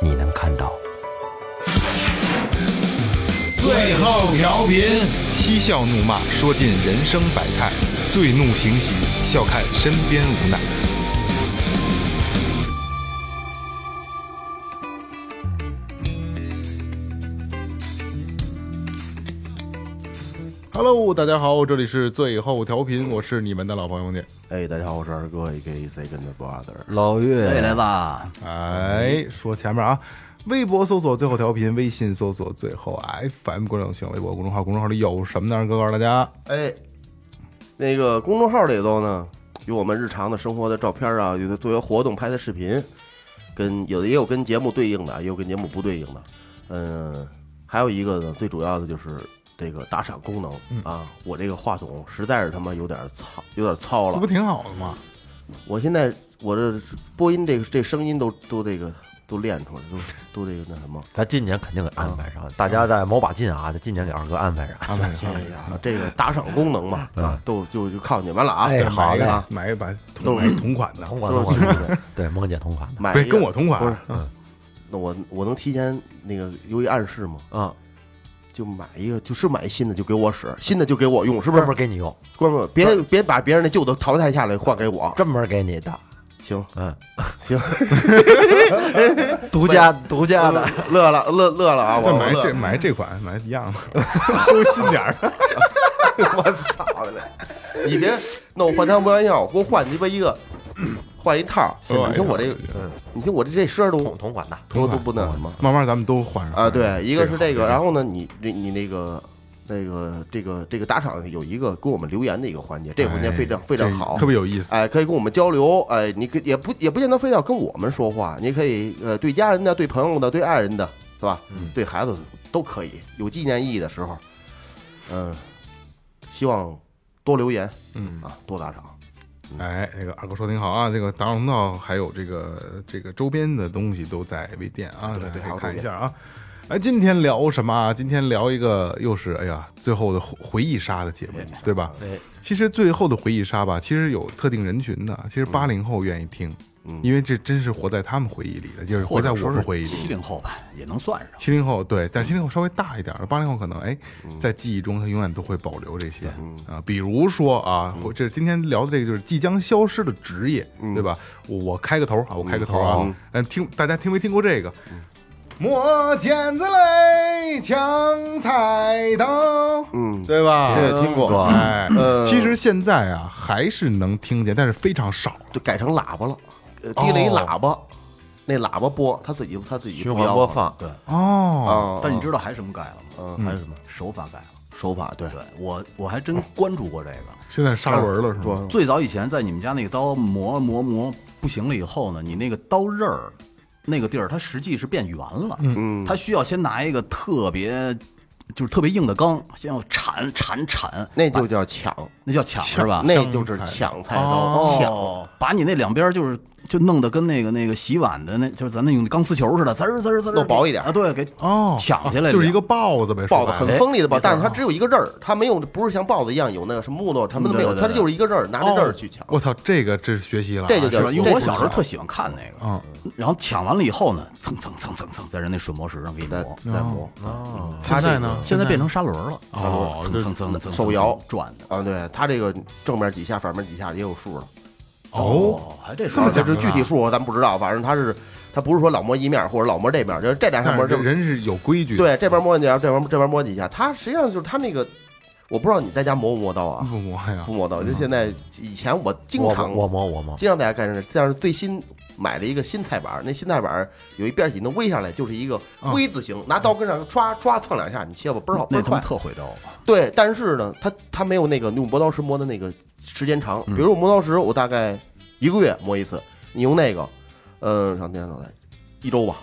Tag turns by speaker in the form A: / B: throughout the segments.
A: 你能看到。
B: 最后调频，
C: 嬉笑怒骂，说尽人生百态；醉怒行喜，笑看身边无奈。Hello，大家好，这里是最后调频，我是你们的老朋友们。
D: 哎，大家好，我是二哥，A.K.A. Second Brother。
A: 老
E: 对，
A: 岳，
E: 来吧，
C: 哎，说前面啊，微博搜索最后调频，微信搜索最后 FM 关注新浪微博公众号，公众号里有什么呢？二哥告诉大家，
D: 哎，那个公众号里头呢，有我们日常的生活的照片啊，有的作为活动拍的视频，跟有的也有跟节目对应的，也有跟节目不对应的。嗯，还有一个呢，最主要的就是这个打赏功能、啊，我这个话筒实在是他妈有点糙，有点糙
C: 这
D: 了
C: 不。挺好的吗？
D: 我现在我这播音这个这声音都都这个都练出来，都都这个那什么。
A: 咱今年肯定给安排上，大家再卯把劲啊！咱今年给二哥安排上。
C: 安排上，
D: 啊，这个打赏功能嘛，啊，都就就靠你们了啊！
A: 哎好嘞
D: 啊，
C: 买一把同
D: 都
C: 买一同款的，
A: 同款同款同款，对，梦姐同款的，
D: 买
C: 不
D: 一
C: 是
D: 个
C: 跟我同嗯
D: 不
C: 款
D: 是，，那我我能提前那个有一暗示吗？
A: 嗯，
D: 就买一个，就是买新的就给我使，新的就给我用，是不
A: 专门
D: 是？
A: 给你用，
D: 关门别别把别人的旧的淘汰下来换给我，
A: 专门给你的，
D: 行
A: 嗯，
D: 行，
A: 独家独家的，
D: 乐了乐乐了啊！我
C: 再买
D: 乐
C: 这
D: 了，
C: 买这款，买一样的，收心 点儿。
D: 我操嘞！你别弄换汤不换药，给我换鸡巴一个，嗯换一套。
C: 哎
D: 你听我这个，你听我这这声儿都
A: 同同款的，
D: 都都不那什么。
C: 慢慢咱们都换上
D: 啊，对，一个是这个，然
C: 后
D: 后呢，你这你那个那个这个这个打赏有一个给我们留言的一个环节，这个环节非常非常好
C: 哎特。别有意思。
D: 哎，可以跟我们交流，哎，你可也不也不见得非要跟我们说话，你可以呃对家人的、对朋友的、对爱人的，是吧？对孩子都可以，有纪念意义的时候，嗯、希望多留言，嗯啊，多打赏，
C: 哎，那个二哥说挺好啊，这个达龙道还有这个这个周边的东西都在微店啊，大
D: 对
C: 家可
D: 还
C: 以
D: 有
C: 看一
D: 周边
C: 下啊。哎，今天聊什么啊？今天聊一个又是哎呀，最后的回回忆杀的节目，对 吧？
A: 对，
C: 其实最后的回忆杀吧，其实有特定人群的，其实
E: 嗯
C: 八零后愿意听，因为这真是活在他们回忆里的，就是活
E: 或
C: 在
E: 者
C: 我
E: 说
C: 们回忆
E: 是
C: 里。
E: 七零后吧，也能算上。
C: 七零后对，但是七零后稍微大一点儿，八零后可能哎，
E: 嗯
C: 在记忆中他永远都会保留这些啊，比如说啊，
E: 嗯
C: 我这今天聊的这个就是即将消失的职业，对吧？我我开个头啊，我开个头啊，嗯，听大家听没听过这个？
E: 嗯
C: 磨剪子嘞，抢菜刀，
D: 嗯，
C: 对吧？
D: 这个听过，
C: 哎
D: 呃，
C: 其实现在啊还是能听见，但是非常少了。
D: 就改成喇叭了，呃，滴了一
C: 哦
D: 喇叭，那喇叭播，他自己他自己
A: 循
D: 不
A: 环
D: 要
A: 播
D: 了
A: 放，
E: 对，
C: 哦，
D: 啊，
E: 但你知道还什么改了吗？
D: 嗯，还有什么
E: 手法改了。
D: 手法？对
E: 对我我还真关注过这个。
C: 现在砂轮了是吗？
E: 最早以前在你们家那个刀磨磨磨不行了以后呢，你那个刀刃儿那个地儿它实际是变圆了，嗯，它需要先拿一个特别就是特别硬的钢，先要铲铲铲，
D: 那就叫抢，
E: 那叫抢是吧？
D: 那就是抢菜刀，抢。
E: 啊哦，把你那两边就是就弄得跟那个那个洗碗的那，就是咱那用钢丝球似的，滋儿滋儿滋儿，
D: 弄薄一点
E: 啊，对，给
C: 哦，
E: 抢下来了
C: 就是一个豹子呗，
D: 豹子
C: 说白了
D: 很锋利的豹，
E: 哎没错
D: 但是它只有一个刃儿，它没有不是像豹子一样有那个什么木头什么都没有，
E: 嗯对对
D: 它
E: 对哦
D: 就是一个刃儿，拿着刃儿去抢。
C: 我操，哎这个这是学习了啊，
D: 这就
C: 是
D: 叫
E: 是
C: 吧
E: 吧？因
D: 这
E: 为我
D: 是
E: 小时候
D: 抢
E: 特喜欢看那个，
C: 嗯，
E: 然后抢完了以后呢，蹭蹭蹭蹭蹭，在人那水磨石上给你
D: 再
E: 磨。
D: 再磨
E: 哦嗯
C: 现在呢？
E: 现在变成砂轮了，
C: 哦
E: 蹭
C: 这
E: 蹭蹭蹭，
D: 手摇
E: 蹭转的。
D: 啊，对，它这个正面几下，反面几下也有数
E: 嗯
D: 的。
C: 哦，，
E: 还这
C: 这
E: 说
C: 么
D: 啊，
C: 讲究
D: 这
C: 啊
D: 是具体数咱不知道，反正它是它不是说老摸一面或者老摸这面，就是这俩上
C: 但
D: 面
C: 是
D: 这
C: 这
D: 么
C: 人是有规矩的，
D: 对这边摸几下，这边这边摸几下，它实际上就是它那个，我不知道你在家磨不磨刀
E: 嗯
D: 啊？
C: 不磨呀
D: 不，磨刀，就现在以前我经
A: 我
D: 常
A: 我磨我磨，
D: 经常大家干这事。但是最新买了一个新菜板儿，那新菜板儿有一边儿起能微上来，就是一个 V 字形，拿刀跟上歘歘蹭两下，你切吧，倍儿好，倍
E: 那
D: 儿
E: 他妈
D: 快。
E: 特会刀，
D: 对，但是呢，它它没有那个用磨刀石磨的那个时间长。比如我磨刀石，我大呃概一个月磨一次，你用那个，嗯，上天上来一周吧，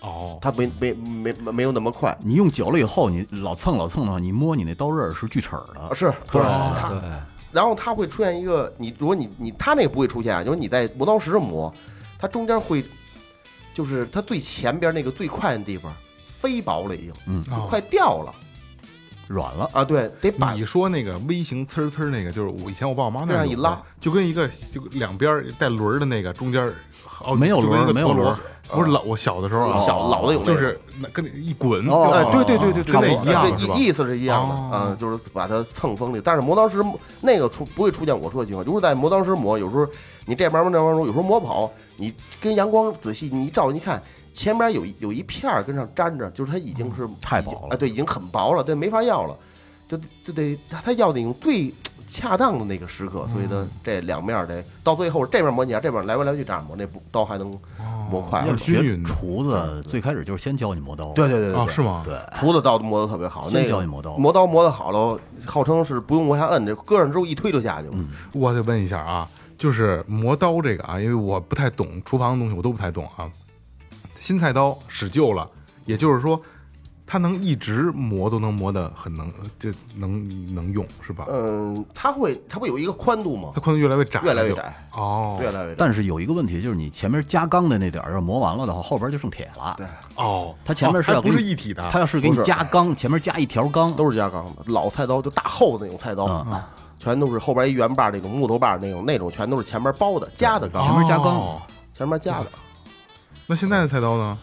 C: 哦，
D: 它没没没没没有那么快。
E: 你用久了以后，你老蹭老蹭的话，你摸你那刀刃儿是锯齿儿
D: 啊，
E: 的，
D: 是，
E: 特别
D: 它
E: 惨。
C: 哦
D: 然后它会出现一个，你如果你你它那个不会出现啊，就是你在磨刀石上磨，它中间会，就是它最前边那个最快的地方非薄了已经，嗯，就快掉了
E: 软了。
D: 啊，对，得把
C: 你说那个微型呲儿呲儿那个，就是我以前我爸我妈那
D: 这
C: 儿
D: 样一
C: 有的
D: 拉，
C: 就跟一个就两边儿带轮儿的那个中间儿好
E: 没有
C: 就跟
E: 轮儿
C: 一个
E: 没有
C: 陀螺
E: 轮儿
C: 不是老我小的时候啊，
D: 小老的有那个
C: 就是那跟那一滚，
E: 哦
D: 哎，哦对对
C: 对
D: 对对对，
C: 跟那一样
D: 对
C: 是吧
D: 意思是一样的，
C: 哦
D: 嗯，就是把它蹭锋利。但是磨刀石那个出不会出现我说的情况，就是在磨刀石磨，有时候你这边磨那边磨，有时候磨不好，你跟阳光仔细你一照，你看前边有一有一片儿跟上粘着，就是它已经是
E: 太薄了
D: 啊，对，已经很薄了，对，没法要了，就就得它它要那种最恰当的那个时刻，所以
E: 嗯
D: 它这两面儿得到最后这边磨你啊，这边来回来去这样磨，那不刀还能磨快
C: 哦
E: 要
D: 了
E: 是。学
C: 均匀的嗯
E: 厨子最开始就是先教你磨刀，
D: 对对对对
C: 啊
D: 对
C: 是吗？
E: 对，
D: 厨子刀磨得特别好，
E: 哦先
D: 那
E: 教
D: 个
E: 你磨刀
D: 磨刀磨得好了，号称是不用往下摁，这搁上之后一推就下去了。
E: 嗯
C: 我得问一下啊，就是磨刀这个啊，因为我不太懂厨房的东西，我都不太懂啊。新菜刀使旧了，也就是说，它能一直磨都能磨得很能，这能能用是吧？
D: 嗯，它会它不有一个宽度吗
C: 它？宽度越来越窄，
D: 越来越
C: 就
D: 窄
C: 哦，
D: 越来越窄。
E: 但是有一个问题，就是你前面加钢的那点儿要磨完了的话，后边就剩铁了。
C: 哦，
E: 它前面是
C: 哦还
E: 要
C: 不
E: 给
C: 是
E: 你
C: 一体的？
E: 它要是给你
D: 不是
E: 加钢，前面加一条钢，
D: 都是加钢的，老菜刀就大厚的那种菜刀，
E: 啊
D: 全都是后边一圆把那种木头把那种，那种全都是前面包的加的
C: 前
D: 钢，
E: 面加钢
C: 哦
D: 前面加的。
C: 那现在的菜刀呢？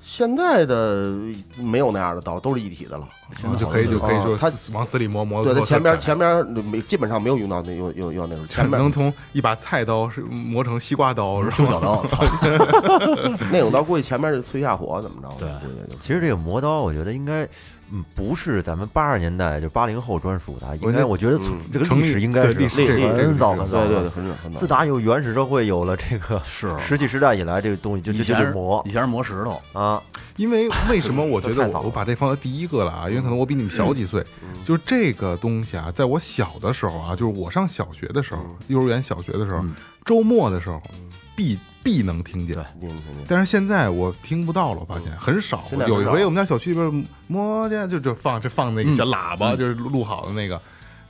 D: 现在的没有那样的刀，都是一体的了。
C: 然后就可以就可以
D: 哦
C: 就
D: 它
C: 是往死里磨磨。
D: 对，它
C: 磨
D: 前边
C: 它
D: 前边没基本上没有用到那用用用那种，前面
C: 能从一把菜刀是磨成西瓜刀，是
E: 修
C: 吧
E: 脚刀，操
D: 那种刀估计前面是催下火怎么着的？
E: 对
D: 估计就是
A: 其实这个磨刀，我觉得应该，嗯，不是咱们八十年代就八零后专属的，啊应该我觉得从这个
C: 成
A: 历
C: 立
A: 史应该
C: 对
A: 是
C: 历史
D: 这个这
C: 个
A: 很早
C: 是
A: 很早
D: 对
A: 的
D: 对对，很少很少
A: 自。打有原始社会，有了这个
E: 是
A: 石器时代以来，这个啊东西就
E: 以
A: 就就
E: 前
A: 得
E: 是
A: 磨
E: 以前是磨石头，
A: 啊，
C: 因为为 什么我觉
A: 太
C: 得
A: 早了
C: 我我把这放在第一个了啊？因为可能我比你们小几岁，
D: 嗯
C: 就是这个东西啊，在我小的时候啊，就是我上小学的时
D: 嗯
C: 候，幼儿园、小学的时候，
E: 嗯
C: 周末的时候，必必能听见。
D: 您听听
C: 但是现在我听不到了，我发现很少
D: 现在。很
C: 有一
D: 少
C: 回我们家小区里边摸见就就放这放那个小喇叭，就是录好的那个。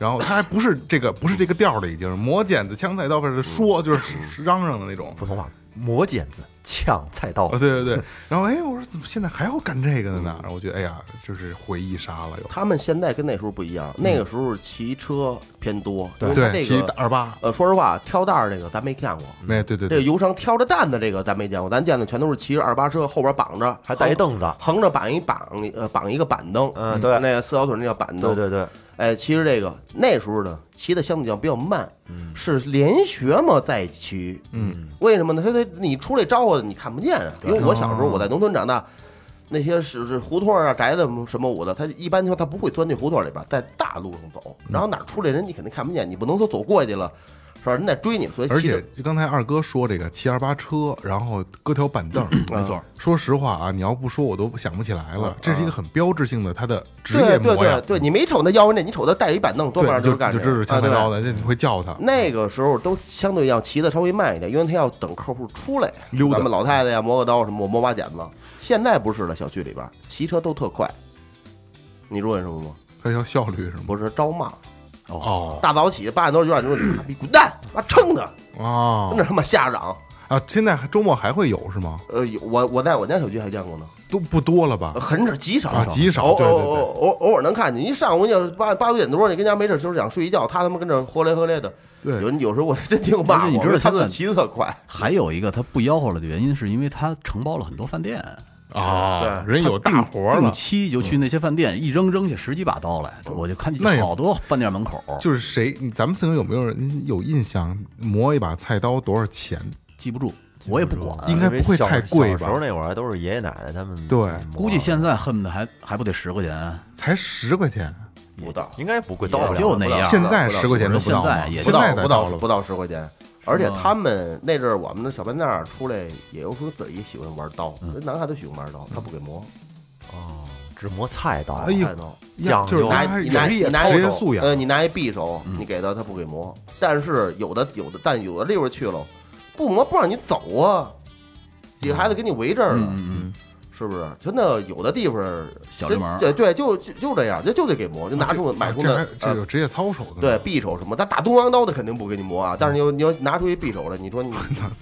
C: 然后它还不是这个，不是这个调儿的，已经是磨剪子、枪菜刀，开始说就是嚷嚷的那种。
A: 普通话磨剪子、抢菜刀
C: 啊，，对对对。然后哎，我说怎么现在还要干这个的呢？然后我觉得哎呀，就是回忆杀了又。
D: 他们现在跟那时候不一样，那个时候骑车偏多，因为他
C: 对，
D: 这
C: 骑
D: 个
C: 二八，
D: 呃，说实话，挑担儿这个咱没见过，
C: 那对对
D: 这个
C: 对，
D: 油商挑着担的这个咱没见过，咱见的全都是骑着二八车，后边绑着，
A: 还带一凳子，
D: 横着绑一绑呃绑一个板凳，
A: 嗯对
D: 那个四条腿那叫板
A: 对
D: 凳，
A: 对对，
D: 哎，骑着这个那时候呢，骑的相对讲比较慢，
C: 嗯
D: 是连学嘛在骑，嗯，为什么呢？他得你出来招呼你看不见啊，因
C: 哦
D: 为我小时候我在农村长大。那些是是胡同啊、宅子什么舞的，他一般情况他不会钻进胡同里边，在大路上走，
C: 嗯
D: 然后哪儿出来人你肯定看不见，你不能说走过去了，是吧？人得追你，所以
C: 而
D: 骑着
C: 且就刚才二哥说这个骑二八车，然后搁条板凳，
D: 嗯
C: 没错。说实话啊，你要不说我都想不起来了，这是一个很标志性的他的职业
D: 对对
C: 模样
D: 对。对，你没瞅那腰围那，你瞅他带一板凳，多半
C: 对，
D: 上就
C: 就是
D: 干
C: 就
D: 这个
C: 知道
D: 啊
C: 枪菜
D: 对嗯
C: 刀的，那你会叫他。
D: 那个时候都相对要骑的稍微慢一点，因为他要等客户出来，
C: 溜达
D: 咱们老太太呀磨个刀什么磨把剪子。现在不是了，小区里边骑车都特快，你知道为什么吗？
C: 他要效率是吗？
D: 不是招骂，
C: 哦
D: 大早起八点多九点钟，你他妈逼滚蛋，妈撑他，
C: 啊
D: 跟着他妈瞎嚷。
C: 啊！现在还周末还会有是吗？
D: 呃，有我我在我家小区还见过呢，
C: 都不多了吧
D: 呃？很少极少
C: 啊，极少
D: 偶。
C: 对
D: 偶
C: 对对
D: 偶。偶偶尔能看见，一上午你要八八九点多，你跟家没事儿就是想睡一觉，他他妈跟这豁咧豁咧的。
C: 对
D: 有有时候我真听骂
E: 而
D: 我，
E: 且你知
D: 他
E: 道现
D: 们
E: 在
D: 骑得特快，
E: 还有一个他不吆喝了的原因，是因为他承包了很多饭店，
C: 啊，
D: 对
C: 人有大活儿
E: 定
C: 了，
E: 期就去那些饭店一扔扔下十几把刀来，我就看
C: 那也
E: 见好多饭店门口
C: 就是谁，你咱们四个有没有人有印象？磨一把菜刀多少钱？
E: 记不住，我也不管。
C: 应该不会太贵
A: 因为小小
C: 吧
A: 时候那会儿还都是爷爷奶奶他们
C: 对
A: 磨
E: 估计现在恨不得还还不得十块钱，
C: 才十块钱，
D: 不到。
A: 应该不贵，到不
E: 也就
A: 了
E: 那样
C: 现在十块钱都不
E: 不是
C: 到吗，
E: 现在也
C: 现
D: 不
C: 在
D: 到
C: 才
D: 不到
C: 了嗯吧
D: 不到十块钱。而且他们那阵儿，我们的小班店儿出来，也有时候自己喜欢玩刀，
C: 嗯
D: 那男孩子喜欢玩刀，他不给磨，
A: 只磨菜刀
C: 哎。呦
D: 太刀。
C: 呀
A: 讲
C: 就是
A: 究
C: 拿
D: 拿
C: 还是
D: 你拿
C: 职业
D: 你拿
C: 职
D: 一
C: 业
D: 手
C: 素养嗯
D: 呃，你拿一匕首，你给他，他不给磨。但是有的有的，但有的地
C: 嗯
E: 嗯
D: 方去了，不磨不让你走啊，几个孩子给你围这儿了，是不是？真的有的地方
E: 小流氓
D: 对对，就就就这样，就就得给磨，就拿出买出
C: 啊这还
D: 那
C: 这有职业操守的，
D: 对，匕首什么，他打东阳刀的肯定不给你磨啊，
C: 嗯
D: 但是你要你要拿出一匕首来，你 说你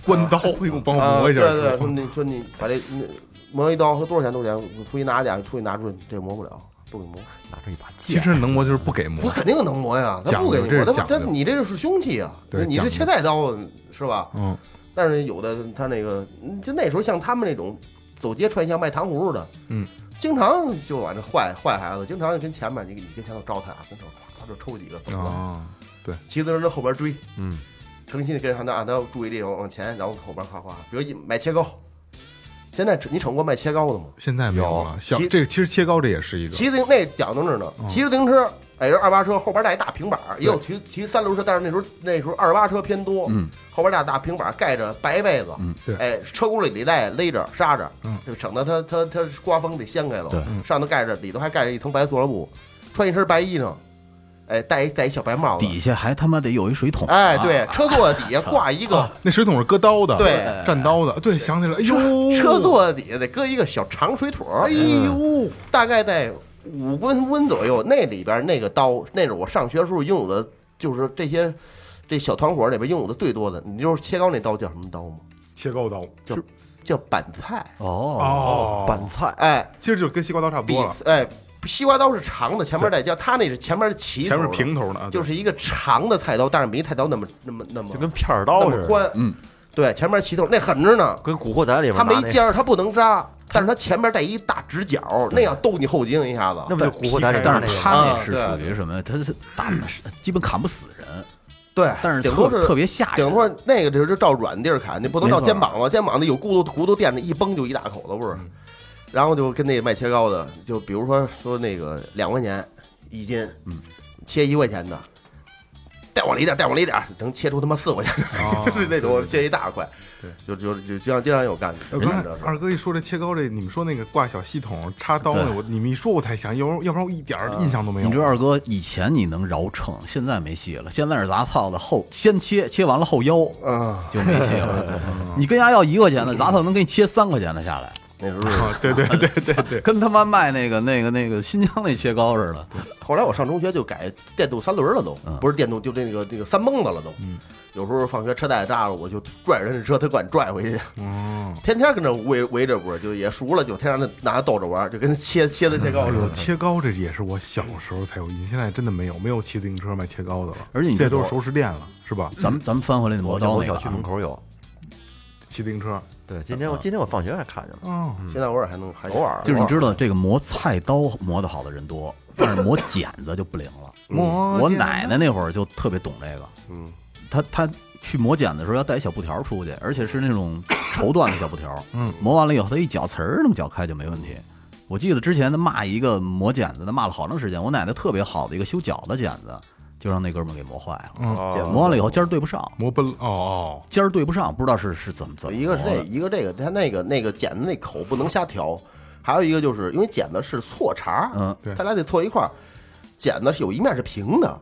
C: 关 刀，你给我帮我
D: 啊，
C: 磨
D: 对
C: 一下。
D: 对，说你说你把这你磨一刀，说多少钱多少钱，我出去拿去，出去拿出去，这磨不了，不给磨，
A: 拿着一把
C: 其
A: 剑，
C: 实能磨就是不给
D: 我
C: 磨，
D: 肯定能磨呀，他
C: 讲
D: 不给
C: 究
D: 你
C: 这
D: 磨，
C: 是
D: 他
C: 讲
D: 他
C: 究
D: 你这是凶器啊，
C: 对
D: 你
C: 讲
D: 这
C: 究
D: 切菜刀是吧？
C: 嗯，
D: 但是有的他那个，嗯就那时候像他们那种走街串巷卖糖葫芦的，
C: 嗯，
D: 经常就往这坏坏孩子，经常跟前面你你跟前头招他，跟手咵就抽几个，
C: 啊，
D: 骑自行车后边追，
C: 嗯，
D: 诚心的跟上他，让他注意力往往前，然后后边夸夸，比如一买切糕，现在只你瞅过卖切糕的吗？
C: 现在没有了。像
D: 其
C: 这个其实切糕这也是一个，
D: 骑自行那讲究着呢，骑着自行车，哎，人二八车后边带一大平板儿，也有骑骑三轮车，但是那时候那时候二八车偏多，
E: 嗯，
D: 后边俩大平板儿盖着白被子，嗯
C: 对
D: 哎，车轱辘里带勒着刹着，
C: 嗯，
D: 就省得它它它刮风得掀开了，
E: 对，
D: 上头盖着，里头还盖着一层白塑料布，穿一身白衣裳，哎，戴一戴一小白帽子，
E: 底下还他妈得有一水桶、
D: 哎，对，，车座底下挂一个。
C: 那水桶是割刀的，
D: 对
C: 蘸刀的，对，想起来，哎呦，
D: 车座底下得搁一个小长水腿儿，哦哎呦，大概在五公分左右。那里边那个刀，那是我上学时候拥有的，就是这些这小团伙里边拥有的最多的。你就是切糕那刀叫什么刀吗？
C: 切糕刀，
D: 叫叫板菜，
E: 哦，
C: 哦，
A: 拌菜，
D: 哎，
C: 其实就跟西瓜刀差不
D: 比
C: 多了，
D: 哎，西瓜刀是长的，前面带尖，它那是前面齐头
C: 前
D: 的，
C: 面是平头的，啊对
D: 就是一个长的菜刀，但是没菜刀那么那么那么
F: 就跟片儿
D: 那
F: 刀似
D: 么
F: 的，
D: 宽，嗯，对，前面齐头那狠着呢，
A: 跟《古惑仔》里边
D: 它没
A: 拿那
D: 尖儿，它不能扎，但是它前面带一大直角，那样兜你后颈一下子。
A: 那不就《古惑仔》里边
E: 但
A: 那
E: 是
A: 个
E: 他
A: 吗？
E: 那是
D: 啊
E: 属
D: 对
E: 于什么？他是打的是基本砍不死人，
D: 对，
E: 但是
D: 顶
E: 特
D: 多是
E: 特别吓人
D: 顶多那个就是照软地儿砍，你不能
E: 没
D: 照
E: 错
D: 肩膀了，肩膀那有骨头骨头垫着，一崩就一大口子味儿。
E: 嗯
D: 然后就跟那卖切糕的，就比如说说那个两块钱一斤，嗯，切一块钱的，再往里点儿，再往里点儿，能切出他妈四块钱
C: 哦
D: 的， 就是那种切一大块，
C: 对，
D: 就就就就像经常有干
C: 呃
D: 干
C: 刚才
D: 这事儿。
C: 二哥一说这切糕这，你们说那个挂小系统插刀那，
E: 对
C: 我你们一说我才想，要不然要不然我一点
D: 嗯
C: 儿印象都没有。
E: 你知道二哥以前你能饶秤，现在没戏了。现在是杂操的后先切，切完了后腰
D: 啊，
E: 就没戏 了。你跟人家要一块钱的杂操，能给你切三块钱的下来，
D: 那时候是
C: 啊，对对 对对对，
E: 跟他妈卖那个那个那个新疆那切糕似的。
D: 后来我上中学就改电动三轮了都，
E: 嗯
D: 不是电动，就那个那个三蹦子了都。有时候放学车带炸了，我就拽人家车，他管拽回去。
E: 哦
D: 天天跟着围围着我，就也熟了，就天天拿他逗着玩，就跟切切的切糕
C: 哎
D: 似
C: 呦
D: 的，。
C: 切糕这也是我小时候才有，印象，现在真的没有，没有骑自行车卖切糕的了，
E: 而且你
C: 现在
E: 这
C: 都是熟食店了，是吧？
E: 咱们咱们翻回来那磨
A: 我在
E: 刀
A: 我
E: 那
A: 小
E: 个
A: 区
E: 啊
A: 门口有。
C: 骑自行车，
A: 嗯对，
F: 嗯
A: 今天我今天我放学还看见了。
C: 哦，
D: 现在偶尔还能还偶尔
E: 就是你知道这个磨菜刀磨得好的人多，但是磨剪子就不灵 了。
C: 磨
E: 我
C: 剪
E: 奶奶那会儿就特别懂这个，嗯，她她去磨剪子的时候要带一小布条出去，而且是那种绸缎的小布条，嗯，磨完了以后她一绞词儿能绞开就没问题。我记得之前她骂一个磨剪子的，骂了好长时间。我奶奶特别好的一个修脚的剪子，就让那哥们儿给磨坏了，
D: 嗯
F: 哦
E: 磨完了以后尖儿对不上，
C: 磨崩哦哦，
E: 尖儿对不上，不知道是是怎么怎么
D: 一个是
E: 磨
D: 这，
E: 的
D: 一个这个，它那个那个剪子那口不能瞎调，还有一个就是因为剪子是错茬，
E: 嗯
C: 对
D: 它俩得错一块儿。剪子是有一面是平的，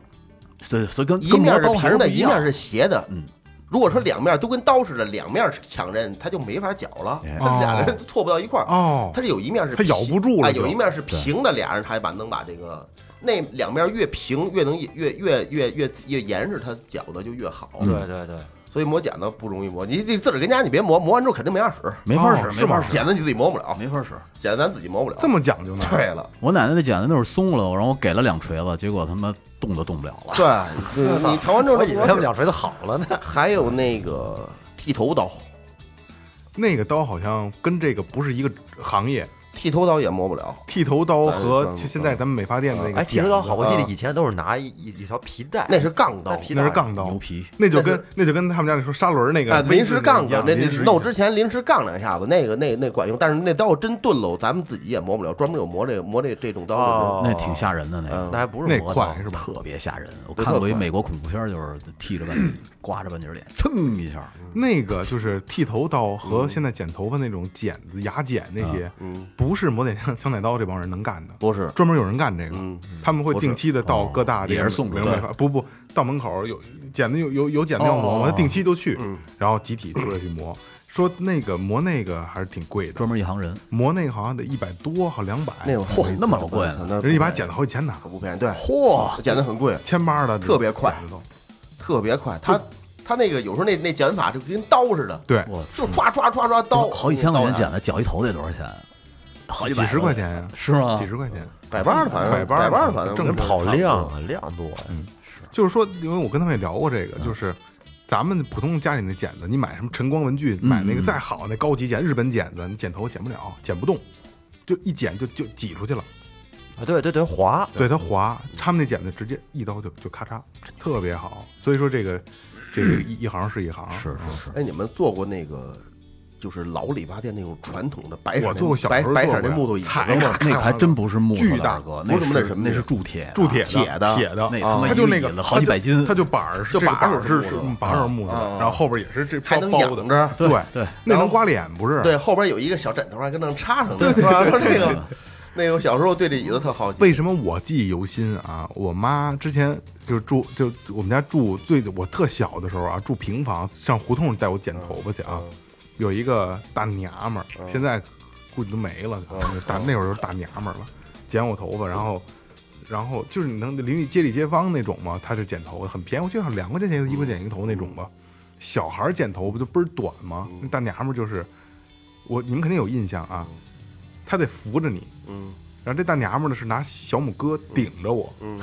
E: 所以所以跟
D: 一
E: 跟
D: 面
E: 磨
D: 是
E: 刀还
D: 平
E: 是不
D: 的，
E: 一
D: 一
E: 样
D: 面。是斜的。嗯，如果说两面都跟刀似的，两面抢刃，它就没法绞了，
E: 哎
D: 它俩人 错不到一块儿。
C: 哦
D: 它是有一面是
C: 它咬不住了
D: 啊，
C: 就
D: 有一面是平的，俩人才把能把这个那两面越平越能越越越越越严实，它绞的就越好。
C: 嗯
A: 对
F: 嗯
A: 对对，
D: 所以磨剪子不容易磨，你你自个儿跟家你别磨，磨完之后肯定没法使。
E: 没法
C: 哦
E: 使，
C: 是
E: 没法
C: 吗
E: 使，
D: 剪子你自己磨不了，
E: 没法使。
D: 剪子咱自己磨不了。
C: 这么讲究呢？
D: 对 了，
E: 我奶奶那剪子那会儿松了，我让我给了两锤子，结果他妈动都动不了了。
D: 对，你你调完之后
A: 我
D: 它
A: 以为
D: 不合
A: 他们
D: 适，
A: 两锤子好了呢。
D: 还有那个剃头刀，
C: 那个刀好像跟这个不是一个行业，
D: 剃头刀也磨不了。
C: 剃头刀和
D: 哎
C: 现现在咱们美发店的那个
A: 哎，剃头刀
C: 剪子
A: 好，
C: 啊
A: 我
F: 啊
A: 记得以前都是拿一一一条皮带，
D: 那是杠刀
A: 那，皮带
C: 那是杠刀
E: 牛，皮，
C: 那就跟那就跟他们家那说砂轮那个
D: 啊，临时杠
C: 的
D: 的，那那
C: 临时
D: 弄之前临时杠两下子，那个那那管用，但是那刀真钝喽，咱们自己也磨不了，专门有磨这磨这这种刀的人。
A: 哦
E: 那挺吓人的那个，
A: 嗯那还不是
C: 那
A: 磨刀
C: 嗯快是吧？
E: 特别吓人。我看过一美国恐怖片，就是剃着 半截，刮着半截脸，蹭一下，
C: 那个就是剃头刀和现在剪头发那种剪子、牙剪那些，不是磨剪枪、枪菜刀这帮人能干的，
D: 不嗯是
C: 专门有人干这个，他们会定期的到各大这
E: 也
C: 个
E: 是送
C: 美
E: 过
C: 容
E: 来
C: 美发，不不，到门口有剪子有有有剪子要磨，他定期就去，然后集体出来去磨。说那个磨那个还是挺贵的
E: 专，门一行人，
C: 磨那个好像得一百多，好两百。
D: 那会
E: 嚯
D: 儿
E: 那么老贵呢
D: 呢
C: 人一把剪子好几千呢，
D: 不便宜，对，
E: 嚯，
D: 剪的很贵，
C: 千八的
D: 特别快
C: 剪子都
D: 特别快。他他那个有时候那那剪法就跟刀似的，
C: 对，
E: 我
D: 就抓抓抓抓刀，
E: 好几千块钱
D: 刀呀
E: 剪，的，绞一头得多少钱？好
C: 几
E: 百啊
C: 十块钱呀，
E: 是吗？
C: 几十块钱。
D: 百八的反正
C: 百八
D: 百八的反正
C: 正
D: 我
C: 常
D: 觉得
F: 跑
D: 差不多
F: 量啊，量多呀。
C: 就是说，因为我跟他们也聊过这个，就是咱们普通家里那剪子，你买什么晨光文具，买那个再好那高级剪，日本剪子，你剪头剪不了，剪不动，就一剪就就挤出去了。
F: 啊，对对对，滑，
C: 对它滑，他们那剪子直接一刀就就咔嚓，特别好。所以说这个这个一一行是一行，
E: 是是是，
D: 哎，你们做过那个就是老理发店那种传统的白色那？
C: 我做过小
D: 白
C: 时候
D: 白
C: 做
D: 色
C: 过
D: 那
C: 呀
D: 木头椅子
C: 踩
D: 吗
C: 着
E: 那个还真不是木头的，
C: 巨大
E: 二哥，
D: 不
E: 那
D: 是那
E: 是
D: 什么
E: 那
D: 呀
E: 是铸铁的，啊
C: 铸铁
D: 铁的
C: 铁的，
E: 那
C: 啊
E: 他妈
C: 它就那
E: 一
C: 个
E: 米好几百斤
C: 它就板儿是
D: 就
C: 这个
D: 板
C: 板
D: 儿
C: 儿是
D: 是木的
C: 嗯板儿是木的，
D: 啊
C: 然后后边也是这
D: 还
C: 包
D: 能
C: 包
D: 仰
C: 的，
D: 着，
C: 对
E: 对，
C: 那能刮脸不是？
D: 对，，后边有一个小枕头还跟能插上的，对吧？那个那个小时候对这椅子特好奇，
C: 为什么我记忆犹新啊？我妈之前就是住，就我们家住最我特小的时候啊，住平房，上胡同带我剪头发去啊。有一个大娘们儿，现在估计都没了，可能大那会儿就是大娘们儿了，剪我头发，然后然后就是你能邻里街里街坊那种嘛，她就剪头发，很便宜，我记得好像两块钱钱一块钱一个头那种吧。小孩儿剪头不就倍儿短吗？
D: 嗯
C: 那大娘们儿就是我，你们肯定有印象啊，她得扶着你，
D: 嗯，
C: 然后这大娘们儿呢是拿小拇哥顶着我，嗯，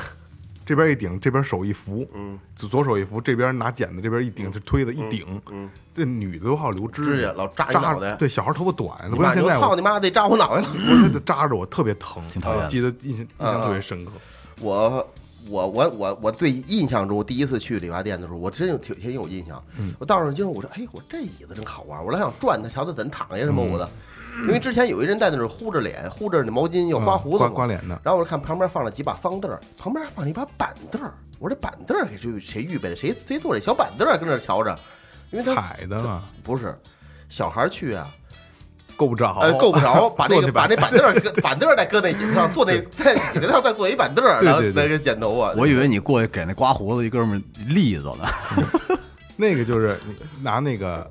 C: 这边一顶，这边手一扶，
D: 嗯，
C: 左左手一扶，这边拿剪子，这边一顶，就推的一顶，
D: 嗯，
C: 这女的都好留指
D: 指甲老扎
C: 扎
D: 你脑袋
C: 对，小孩头发短，
D: 你
C: 不像
D: 妈
C: 现
D: 说
C: 在
D: 操
C: 我，
D: 你妈得嗯扎我脑袋了。
C: 不是她扎着我特别疼，
E: 挺讨厌的
C: 记得印象印象特别深刻，
D: 我我我我我对印象中，我第一次去理发店的时候，我真有挺挺有印象。
C: 嗯
D: 我到那儿今儿我说，哎，我这椅子真好玩，我老想转它，瞧它怎躺下什么
C: 嗯
D: 我的。因为之前有一人在那儿呼着脸，呼着那毛巾要刮胡子嘛、
C: 嗯刮刮脸的
D: 然后我看旁边放了几把方凳儿，旁边放了一把板凳儿。我说这板凳儿给谁谁预备的？谁谁坐这小板凳儿跟那儿瞧着？因为他
C: 踩的嘛，
D: 不是小孩儿去啊，
C: 够不着，
D: 呃，够不着，把
C: 哦
D: 那
C: 坐
D: 个
C: 那
D: 把
C: 板
D: 那板凳儿搁 板凳儿再搁那椅子上，坐那 在椅子上再坐一板凳儿，
C: 对
D: 然后
C: 对对
D: 再给剪头发。
E: 我以为你过去给那刮胡子一哥们儿栗子呢，
C: 那个就是你拿那个。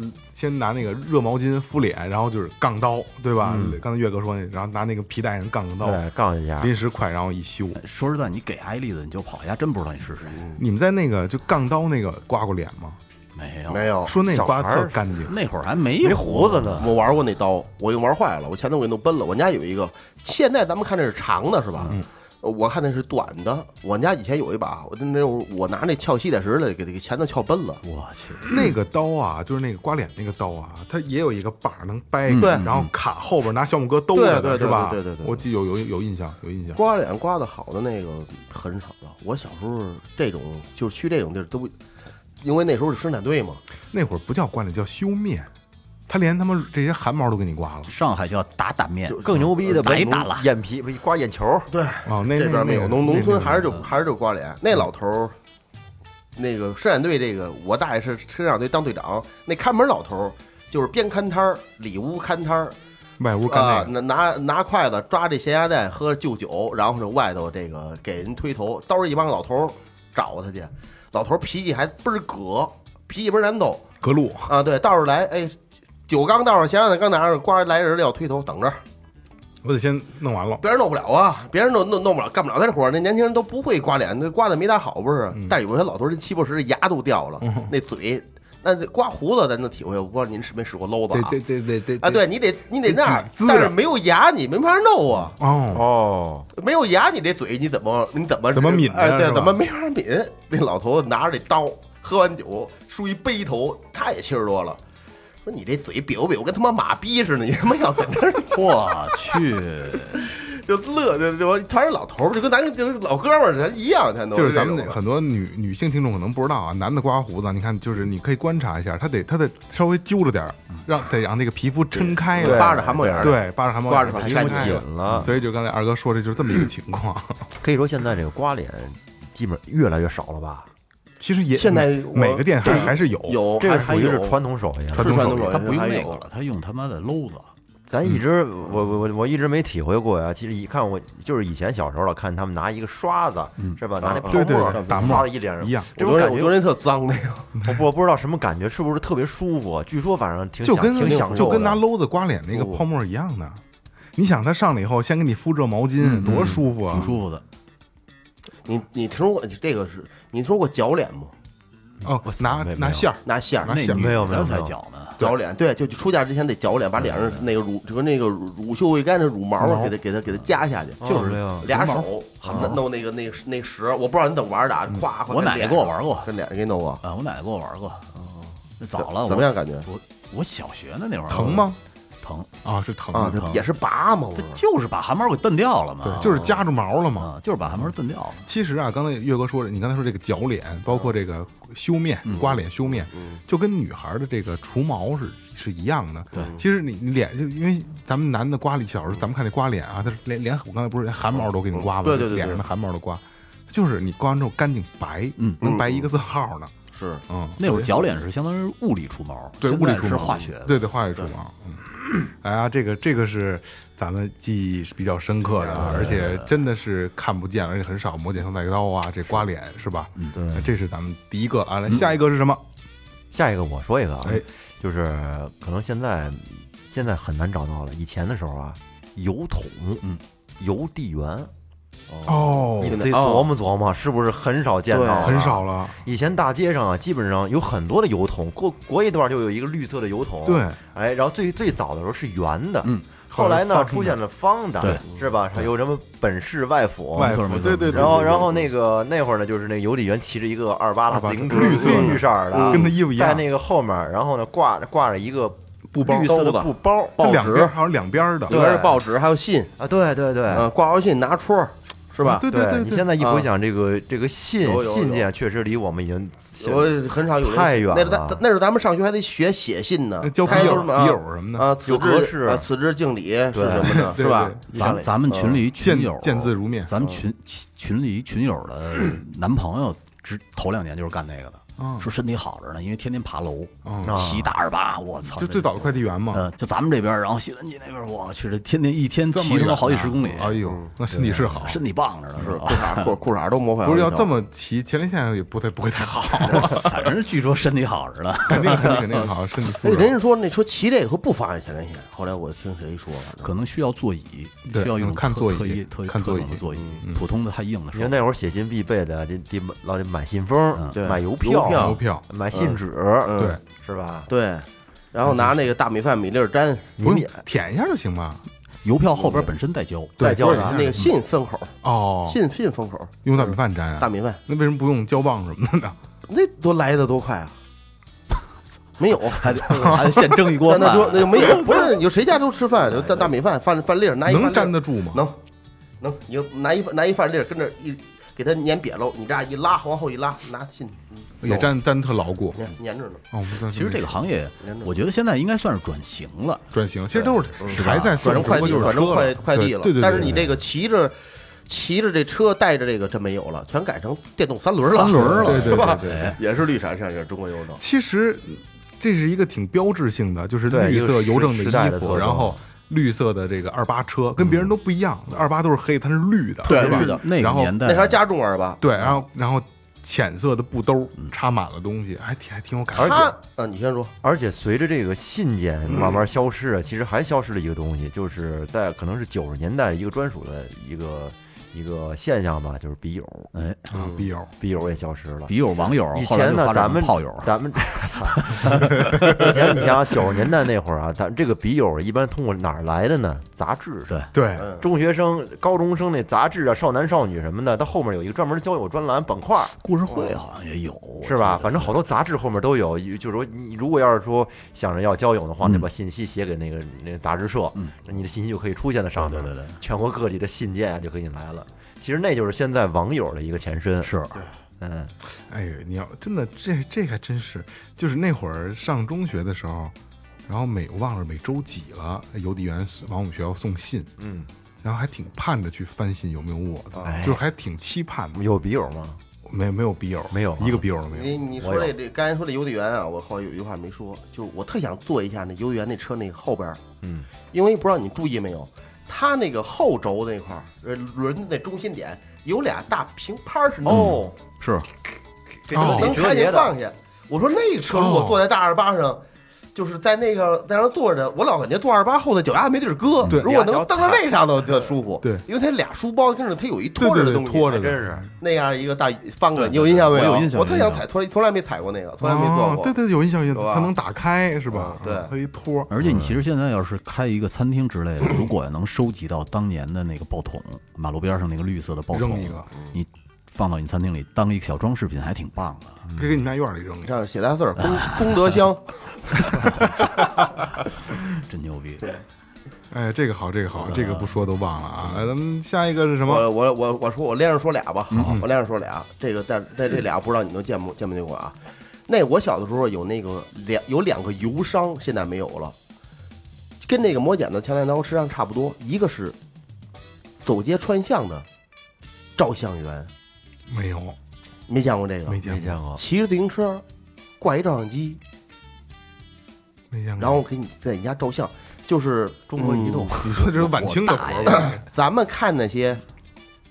C: 呃先拿那个热毛巾敷脸，然后就是杠刀，对吧？
D: 嗯
C: 刚才岳哥说那，然后拿那个皮带上杠个刀，
F: 对，杠一下，
C: 临时快，然后一修。
E: 说实在，你给挨栗子你就跑，人家真不知道你是谁。
C: 你们在那个就杠刀那个刮过脸吗？
E: 没有，
D: 没有，
C: 说那刮
F: 小孩
C: 特
F: 儿
C: 干净，
E: 那会儿还没
F: 没
E: 有
F: 胡子呢，
D: 我玩过那刀，我又玩坏了，我前头给弄崩了。我家有一个，现在咱们看这是长的，是吧？呃我看那是短的。我家以前有一把，我那我我拿那撬吸铁石来给给前头撬崩了。
E: 我去，
C: 那个刀啊，就是那个刮脸那个刀啊，它也有一个把儿能掰，
D: 对
C: 然后卡后边拿小拇哥兜着
D: 嗯对对
C: 的，
D: 对
C: 是吧？
D: 对对对对
C: 我记有有有印象，有印象。
D: 刮脸刮的好的那个很少了。我小时候这种就是去这种地儿都，因为那时候是生产队嘛，
C: 那会儿不叫刮脸，叫修面，他连他妈这些汗毛都给你刮了。
E: 上海叫打打面，
F: 更牛逼的
E: 打一
F: 不
E: 打了
F: 眼皮不刮眼球，
D: 对，
C: 哦，那
D: 这边没有，农农村还是就
C: 就
D: 还是就刮脸。那老头儿，那个生产队这个，我大爷是生产队当队长，那看门老头儿就是边看摊儿，里屋看摊儿
C: 外屋干那
D: 啊，
C: 个。
D: 拿拿拿筷子抓这咸鸭蛋喝旧酒，然后呢外头这个给人推头，都是一帮老头儿找他去，老头儿脾气还倍儿葛，脾气倍儿难斗
C: 格路
D: 啊。对，道上来，哎，酒刚倒上，咸鸭蛋刚拿上，刮来人要推头，等着。
C: 我得先弄完了。
D: 别人弄不了啊，别人弄弄弄不了，干不了他这活儿。那年轻人都不会刮脸，那刮的没他好不是？
C: 嗯
D: 但有些老头儿这七八十牙都掉了，那嘴，那那刮胡子咱能体会，我不知道您是没使过篓子
C: 对
D: 啊？
C: 对对对对
D: 啊，对你得你得那样
C: 得，滋着
D: 但是没有牙你没法弄啊，
C: 哦，
F: 哦，
D: 没有牙你这嘴你怎么你怎么
C: 怎么抿呢
D: 哎，对，
C: 是吧
D: 怎么没法抿？那老头子拿着这刀，喝完酒梳一背头，他也七十多了，说你这嘴瘪不瘪？我跟他妈马逼似的，你他妈要在这儿
E: 我去，
D: 就乐，就就全是老头儿，就跟咱就是老哥们儿咱一样，全都
C: 就是咱们
D: 这
C: 那
D: 种
C: 很多女女性听众可能不知道啊，男的刮胡子，你看就是你可以观察一下，他得他得稍微揪着点儿，让得让那个皮肤撑开了，
D: 扒着汗毛眼儿，，
C: 对，扒着汗毛
D: 刮着
C: 皮
D: 还
C: 肤
D: 干
C: 开
D: 净
F: 了
C: 所以就刚才二哥说的就是这么一个情况。
D: 嗯
F: 可以说现在这个刮脸基本越来越少了吧？
C: 其实也
D: 现在
C: 每
D: 我
C: 每个店还
D: 这
C: 还是有
D: 有
F: 这
D: 还
F: 个
D: 还
F: 属于
D: 有
F: 是传统手艺了，
D: 是传统
C: 传统
D: 手艺，
E: 他不用
D: 还
E: 那
D: 有
E: 个了，他用他妈的篓子，
F: 咱
C: 嗯
F: 一直，我我我我一直没体会过呀。其实一看我就是以前小时候了，看他们拿一个刷子是吧，拿那泡
C: 嗯啊对对
F: 沫
C: 对
F: 儿
C: 打沫
F: 刷
C: 儿
F: 在一脸上，
C: 一样
F: 这
D: 我
F: 种
D: 觉得
F: 感
D: 我
F: 觉
D: 觉得特脏那个，
F: 我不我不知道什么感觉，是不是特别舒服？据说反正挺
C: 就
F: 享
C: 跟
F: 挺享受的，
C: 就跟拿篓子刮脸那个
F: 不
D: 哦
C: 泡沫一样的。你想，它上来以后，先给你敷热毛
D: 嗯
C: 巾，多舒服啊！
E: 挺舒服的。
D: 你你听说过这个是？你听说过绞脸吗？
C: 哦，拿
F: 没有
C: 拿馅儿，
D: 拿线儿
C: 拿
E: 那
C: 馅儿
E: 女
F: 没有没有
E: 的才
F: 没有
E: 搅呢，
D: 绞脸，对，就出嫁之前得绞脸，把脸上那个乳就跟那个乳乳臭未干的乳毛啊，给它给它给它夹下去，
F: 就是这样。
D: 俩手弄弄那个那个那石，我不知道你怎么玩的啊，夸夸。
E: 我奶奶给我玩过
D: 跟脸给弄过，
E: 啊，我奶奶给我玩过，那早了，
D: 怎么样？感觉
E: 我？我我小学呢那会儿
C: 疼？吗？
E: 疼，
C: 啊，是疼
D: 啊
C: 的，，
D: 这也是拔嘛，我
E: 它就是把汗毛给蹬掉了嘛，
C: 对，就是夹住毛了嘛。
E: 啊，就是把汗毛蹬掉了。
C: 其实啊，刚才岳哥说的，你刚才说这个绞脸，包括这个修面、刮脸、修面，就跟女孩的这个除毛是是一样的。对，其实你你脸就因为咱们男的刮小时候，咱们看那刮脸啊，他连连我刚才不是连汗毛都给你刮吗？
D: 对对对对
C: 脸上的汗毛都刮，就是你刮完之后干净白，嗯，能白一个字号呢。
D: 是
C: 嗯，
E: 那会儿绞脸是相当于物理除毛，
C: 对
E: 现
C: 物理
E: 在
C: 除
E: 是
C: 毛，
E: 化学的，
C: 对对化学除毛。嗯哎呀，这个这个是咱们记忆是比较深刻的啊，而且真的是看不见，而且很少磨剪双菜刀啊，这刮脸是吧？嗯，对，这是咱们第一个啊，来下一个是什么？
F: 下一个我说一个啊
C: 哎，
F: 就是可能现在现在很难找到了，以前的时候啊，油桶，嗯，邮递员，
C: 哦
F: 你得琢磨琢磨，是不是很少见到了？
C: 很少了，
F: 以前大街上啊，基本上有很多的油桶，过过一段就有一个绿色的油桶。
C: 对，
F: 哎，然后最最早的时候是圆的，
E: 嗯，
F: 后来
C: 后
F: 呢
C: 来
F: 出现了方的，是吧？还有什么本市外府，
C: 外
E: 错
C: 服
E: 没错
C: 对对，对
F: 然后
C: 对对
F: 然后那个那会儿呢，就是那个邮递员骑着一个二八的自行车，
C: 绿色的嗯
F: 绿色儿的，嗯
C: 跟他衣服一样
F: 在那个后面，然后呢挂着挂着一个
D: 布包
F: 绿色的
D: 兜子
F: 布包，
C: 它
D: 报
C: 两
D: 纸
C: 边好像两边的，
D: 里边是报纸，还有信，
F: 啊，对对对，
D: 嗯，挂号信拿戳，是吧？
C: 对对对
F: 你
C: 对，
F: 现在一
D: 啊
F: 回想这个这个信
D: 有有有
F: 信件，确实离我们已经现
D: 我很少有人
F: 太远
D: 那时候咱
F: 了
D: 那时候咱们上学还得学写信呢，
C: 交笔
D: 开
C: 友
D: 头啊
C: 笔友什么的
D: 啊，此
F: 有格
D: 致
F: 式
D: 啊，此致敬礼是什么的，
C: 对
D: 是吧
C: 对？
E: 咱咱们群里群
C: 见
E: 友
C: 见字如面
E: 咱们群群群里群友的男朋友，之头两年就是干那个
C: 嗯
E: 的，说身体好着呢，因为天天爬楼，骑大二八，我操，
C: 就最早的快递员嘛，
E: 呃，就咱们这边，然后西三旗那边，我去，这天天一天
C: 这么
E: 骑他
C: 远
E: 妈
C: 啊
E: 好几十公里，
C: 哎呦，那身体是好，
E: 身体棒着呢，
F: 啊
E: 是吧？
D: 裤衩裤裤衩都磨坏了，
C: 不是要这么骑前列腺也不太不会太好，
E: 反正据说身体好着呢。
C: 肯定肯定肯定好，身体素
D: 哎。
C: 质
D: 人家说那说骑这个说不妨碍前列腺，后来我听谁说了，
E: 可能需要座椅，
C: 对
E: 需要一种
C: 嗯看
E: 特
C: 座椅
E: 特意特
C: 看
E: 特
C: 座椅嗯
E: 种的座椅，普通的太硬了，
F: 你
E: 是
F: 看
E: 吧？
F: 那会儿写信必备的，得得老得买信封，
D: 对
F: 买邮
D: 邮
C: 邮
D: 票
C: 票，
E: 嗯
F: 买信纸，
C: 对，
F: 是吧？
D: 对，然后拿那个大米饭米粒儿粘，
C: 不用舔一下就行吧？
E: 邮票后边本身带胶，
F: 带胶
C: 对
F: 的
D: 那个信封口，
C: 哦，
D: 信信封口，
C: 用大米饭粘啊？
D: 大米饭
C: 那为什么不用胶棒什么的 呢？
D: 那多来的多 快啊！没有，
E: 还得还得现蒸一锅
D: 那
E: 饭，啊
D: 那就那就没 有，不是有谁家都吃饭，就大大米饭饭饭粒儿拿一
C: 能
D: 饭粒儿
C: 粘得住吗？
D: 能，能，你就拿一拿一饭粒儿跟这儿一给它粘瘪喽，你这样一拉，往后一拉，拿信
C: 也粘粘特牢固。
D: 粘粘着呢。
C: 哦，不
E: 其实这个行业，我觉得现在应该算是转型了。
C: 转型，其实都是还在
D: 嗯转
C: 送
D: 成快递，
C: 只不过
D: 转
C: 就是
D: 成
C: 车
D: 快快递了。
C: 对对对。
D: 但是你
C: 对
D: 这个骑着骑着这车带着这个真没有了，全改成电动三轮了，
E: 三轮了
C: 对对
D: 是吧
C: 对对？
D: 也是绿闪闪，也是中国邮政。
C: 其实这是一个挺标志性的，就是
F: 对
C: 绿
F: 一
C: 色
F: 个时
C: 邮政的
F: 时代
C: 衣
F: 的特
C: 服，
F: 征
C: 然后绿色的这个二八车，跟别人都不一样。二八都是黑，它是绿的，
D: 嗯对
C: 哎是吧
D: 绿的
E: 那
C: 然
E: 个
C: 后
E: 年代，
D: 那还加重二吧？
C: 对，然后然后浅色的布兜插满了东西，还挺还挺有感觉。
D: 他嗯，你先说，
F: 而且随着这个信件
E: 嗯
F: 慢慢消失啊，其实还消失了一个东西，就是在可能是九十年代一个专属的一个一个现象吧，就是笔友，
E: 哎，
C: 啊
D: 嗯
C: 笔友，
F: 笔友也消失了。
E: 笔友、网友，
F: 以
E: 后来
F: 前
E: 就
F: 呢，
E: 发
F: 咱
E: 展成
F: 们
E: 炮友，
F: 咱们 以前你想九十年代那会儿啊，咱这个笔友一般通过哪儿来的呢？杂志上。
E: 对
D: 嗯
C: 对，
F: 中学生、高中生那杂志啊，少男少女什么的，它后面有一个专门交友专栏板块，
E: 故事会好像也有，我
F: 是吧？
E: 记得？嗯
F: 反正好多杂志后面都有，就是说你如果要是说想着要交友的话，你把信息写给那个那个杂志社，你的信息就可以出现在上面。
E: 嗯对对对，
F: 全国各地的信件啊就可以来了。其实那就是现在网友的一个前身，
E: 是
F: 嗯，
C: 哎呦，你要真的这这还真是，就是那会儿上中学的时候，然后每我忘了每周几了，邮递员往我们学校送信，嗯，然后还挺盼着去翻信有没有我的，就是还挺期盼的。
F: 有笔友吗？
C: 没没有笔友，
F: 没有啊
C: 一个笔友都没有。
D: 你你说这这刚才说这邮递员啊，我靠有一句话没说，就是我特想坐一下那邮递员那车那后边，嗯，因为不知道你注意没有，他那个后轴那块儿，呃，轮子那中心点有俩大平拍儿似的，哦，
E: 是
F: 这
C: 哦
D: 能看见放下。我说那车如果坐在大二八上。就是在那个在那儿坐着，我老感觉坐二八后的脚丫没地儿搁。
C: 对
D: 如果能蹬到那上头，就舒服。
C: 对
D: 因为它俩书包跟着它有一
C: 对
D: 拖着
C: 对
D: 的
C: 对，
D: 东西，
C: 拖着
F: 还
C: 的
F: 真是
D: 那样一个大方的，你有印象没有？
E: 我有印象
D: 我特
E: 有印
D: 想
E: 象
D: 踩，从来从来没踩过那个，从来没坐
C: 哦
D: 过。
C: 对对，有印象，有印
D: 是吧
C: 象它能打开是吧？
D: 嗯对
C: 它一托，
E: 而且你其实现在要是开一个餐厅之类的，如果能收集到当年的那个报桶，马路边上那个绿色的报桶
C: 扔一个，
E: 你放到你餐厅里当一个小装饰品，还挺棒的。
C: 嗯可以给你们家院里扔一下。
D: 上写大字儿，功功德箱，
E: 真牛逼！
C: 哎，这个好，这个好，这个不说都忘了啊。哎咱们下一个是什么？
D: 我我我我说我连着说俩吧，我连着说俩，这个但但这俩不知道你能见不见没见过啊？那我小的时候有那个两有两个油商，现在没有了，跟那个磨剪子、强菜刀实际上差不多，一个是走街串巷的照相员，
C: 没有，
D: 没见过这个，
C: 没见
F: 没
C: 过，
F: 见
E: 嗯
F: 过，
D: 骑着自行车挂一照相机，
C: 没见过。
D: 然后给你在你家照相，就是嗯中国移动。
C: 你说这是晚清的活儿吧？
D: 咱们看那些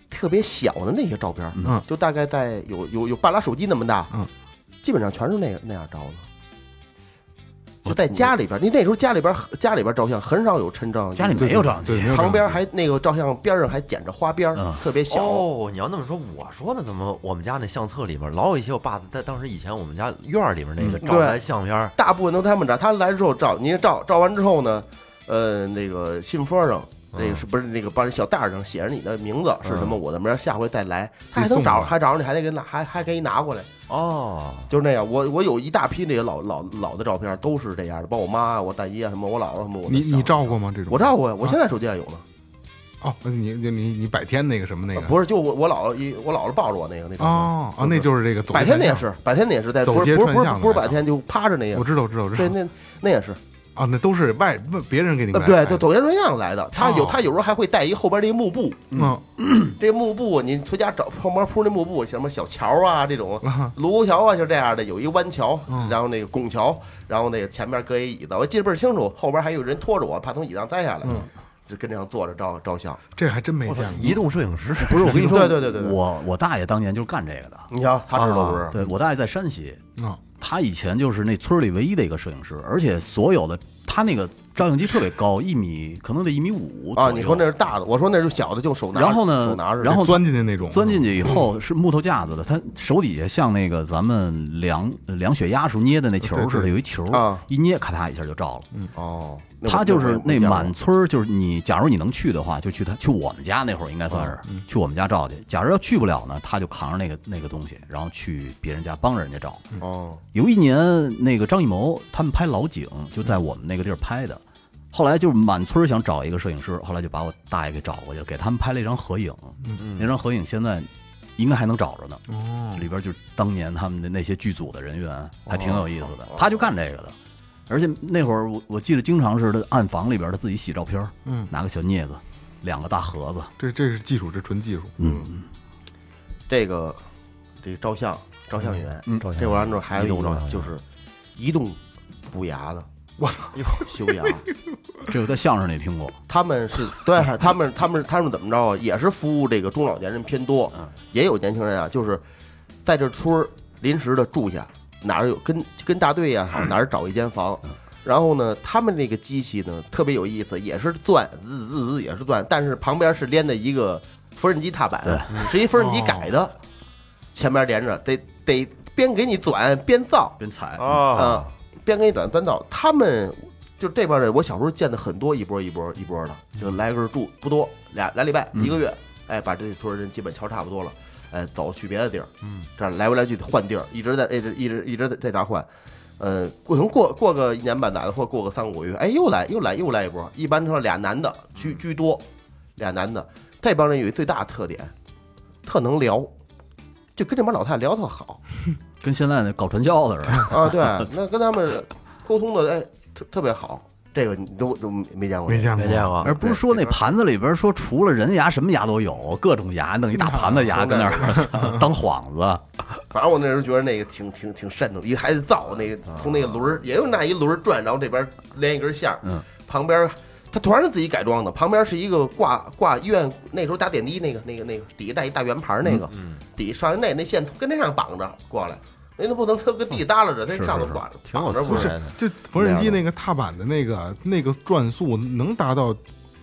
D: 特别小的那些照片，
C: 嗯
D: 就大概在有有有半拉手机那么大，
C: 嗯
D: 基本上全是那个那样照的。就在家里边，因为那时候家里边家里边照相很少有趁照相机，
E: 家里没有照相
C: 对，
E: 机
C: 没，有
D: 旁边还那个照相边上还捡着花边儿
E: 嗯，
D: 特别小。
F: 哦，你要那么说，我说呢，怎么我们家那相册里面老有一些我爸在当时以前我们家院儿里面那个
E: 嗯
F: 照出来相片儿，
D: 大部分都他们照，他来之后照，你照照完之后呢，呃，那个信封上。那个是不是那个把小袋儿上写着你的名字是什么？我的名儿，下回再来，他还
C: 送
D: 能找，
C: 吧
D: 还找着你，还得给拿，还还给你拿过来，
F: 哦，
D: 就是那样。我我有一大批这个老老老的照片，都是这样的，包括我妈啊、我大姨啊什么，我姥姥什么。我的
C: 你
D: 小
C: 你照过吗？这种
D: 我照过呀，我
C: 啊
D: 现在手机上有呢。
C: 哦，你你你你白天那个什么那个
D: 啊不是，就我我姥姥一我姥姥抱着我那个那照片
C: 啊哦哦，那就是这个走
D: 白天那
C: 那
D: 也，是，白天那也是在
C: 走
D: 不是
C: 街
D: 不是不
C: 串
D: 是
C: 巷
D: 不是
C: 的那
D: 白天就趴着那也
C: 我
D: 是，
C: 知道我知道我知
D: 对，
C: 道
D: 那那也是。
C: 啊，那都是外外别人给你
D: 呃，
C: 买
D: 对，
C: 的
D: 就走街串巷来的。他有
C: 哦
D: 他有时候还会带一后边这幕布，
C: 嗯
D: 这幕布你回家找旁边铺那幕布，什么小桥啊这种
C: 啊，
D: 卢沟桥啊，就这样的，有一弯桥
C: 嗯，
D: 然后那个拱桥，然后那个前面搁一椅子，我记得倍儿清楚，后边还有人拖着我，怕从椅子上栽下来
C: 嗯，
D: 就跟这样坐着照照相。
C: 这还真没见过。
F: 移动摄影师，
E: 不是我跟你说，
D: 对对对对对
E: 我我大爷当年就是干这个的，
D: 你瞧，他知道不
E: 啊
D: 是？
E: 对我大爷在山西，
C: 啊，
E: 他以前就是那村儿里唯一的一个摄影师，而且所有的他那个照相机特别高，一米可能得一米五
D: 啊，你说那是大的，我说那是小的，就手拿着。
E: 然后呢
D: 手拿着，
E: 然后
C: 钻进去那种，啊
E: 钻进去以后是木头架子的，他手底下像那个咱们量呃量血压时候捏的那球
C: 对对
E: 似的，有一球
D: 啊，
E: 一捏咔嗒一下就照了。
D: 哦，那
E: 他
D: 我
E: 就是
D: 那
E: 那
D: 我见过
E: 满村儿，就是你，假如你能去的话，就去他去我们家那会儿应该算是去我们家照去。假如要去不了呢，他就扛着那个那个东西，然后去别人家帮着人家照。
D: 哦，
E: 有一年，那个张艺谋他们拍《老井》，就在我们那个地儿拍的。后来就是满村儿想找一个摄影师，后来就把我大爷给找过去了，给他们拍了一张合影。那张合影现在应该还能找着呢。里边就是当年他们的那些剧组的人员，还挺有意思的。他就干这个的，而且那会儿我我记得经常是他暗房里边他自己洗照片，嗯，拿个小镊子，两个大盒子，
C: 这这是技术，这纯技术。
D: 这个这个照相照相员，
E: 嗯
F: 照相
D: 这我按照还有
F: 移
D: 一
F: 动照相
D: 个
F: 员
D: 就是移动补牙的，
C: 我
D: 操，修牙，
E: 这个在相声里听过。
D: 他们是对，他们他们他们怎么着啊？也是服务这个中老年人偏多，也有年轻人啊，就是在这村儿临时的住下，哪儿有跟跟大队呀、好哪儿找一间房。然后呢，他们那个机器呢特别有意思，也是钻，滋滋滋也是钻，但是旁边是连的一个缝纫机踏板，是一缝纫机改的，前面连着，得得边给你钻边造，
E: 边踩
F: 啊
D: 啊，边给你短端到他们就这帮人，我小时候见的很多，一波一波一波的，就来个住不多，俩俩礼拜一个月，哎，把这村人基本瞧差不多了，哎，走去别的地儿，嗯，这样来回来去换地儿，一直在一直一直一直在在这换。呃，过能过过个一年半载的，或过个三五个月，哎，又来又来又来一波。一般都是俩男的居居多，俩男的。这帮人有一最大的特点，特能聊，就跟这帮老太太聊得特好。
E: 跟现在那搞传销的似 的。
D: 啊，对，那跟他们沟通的哎特特别好，这个你都都没见过，
C: 没见过，
F: 没见过
E: 而不是说那盘子里边说除了人牙什么牙都有，各种牙弄一大盘子牙跟那儿操 当幌子，
D: 反正我那时候觉得那个挺挺挺瘆得慌，一个还得造那个
F: 啊
D: 从那个轮儿，也就那一轮儿转，然后这边连一根线儿，
E: 嗯，
D: 旁边儿他突然自己改装的，旁边是一个挂挂医院那时候打点滴那个那个那个底下带一大圆盘儿那个，
F: 嗯
D: 底下上一那那线跟那上绑着过来，那那不能他跟地耷拉着，那
F: 是
D: 上头
F: 是
D: 绑着
F: 挺有
D: 绑着不
F: 思
D: 是
F: 维的，
C: 这缝纫机那个踏板的那个那个转速能达到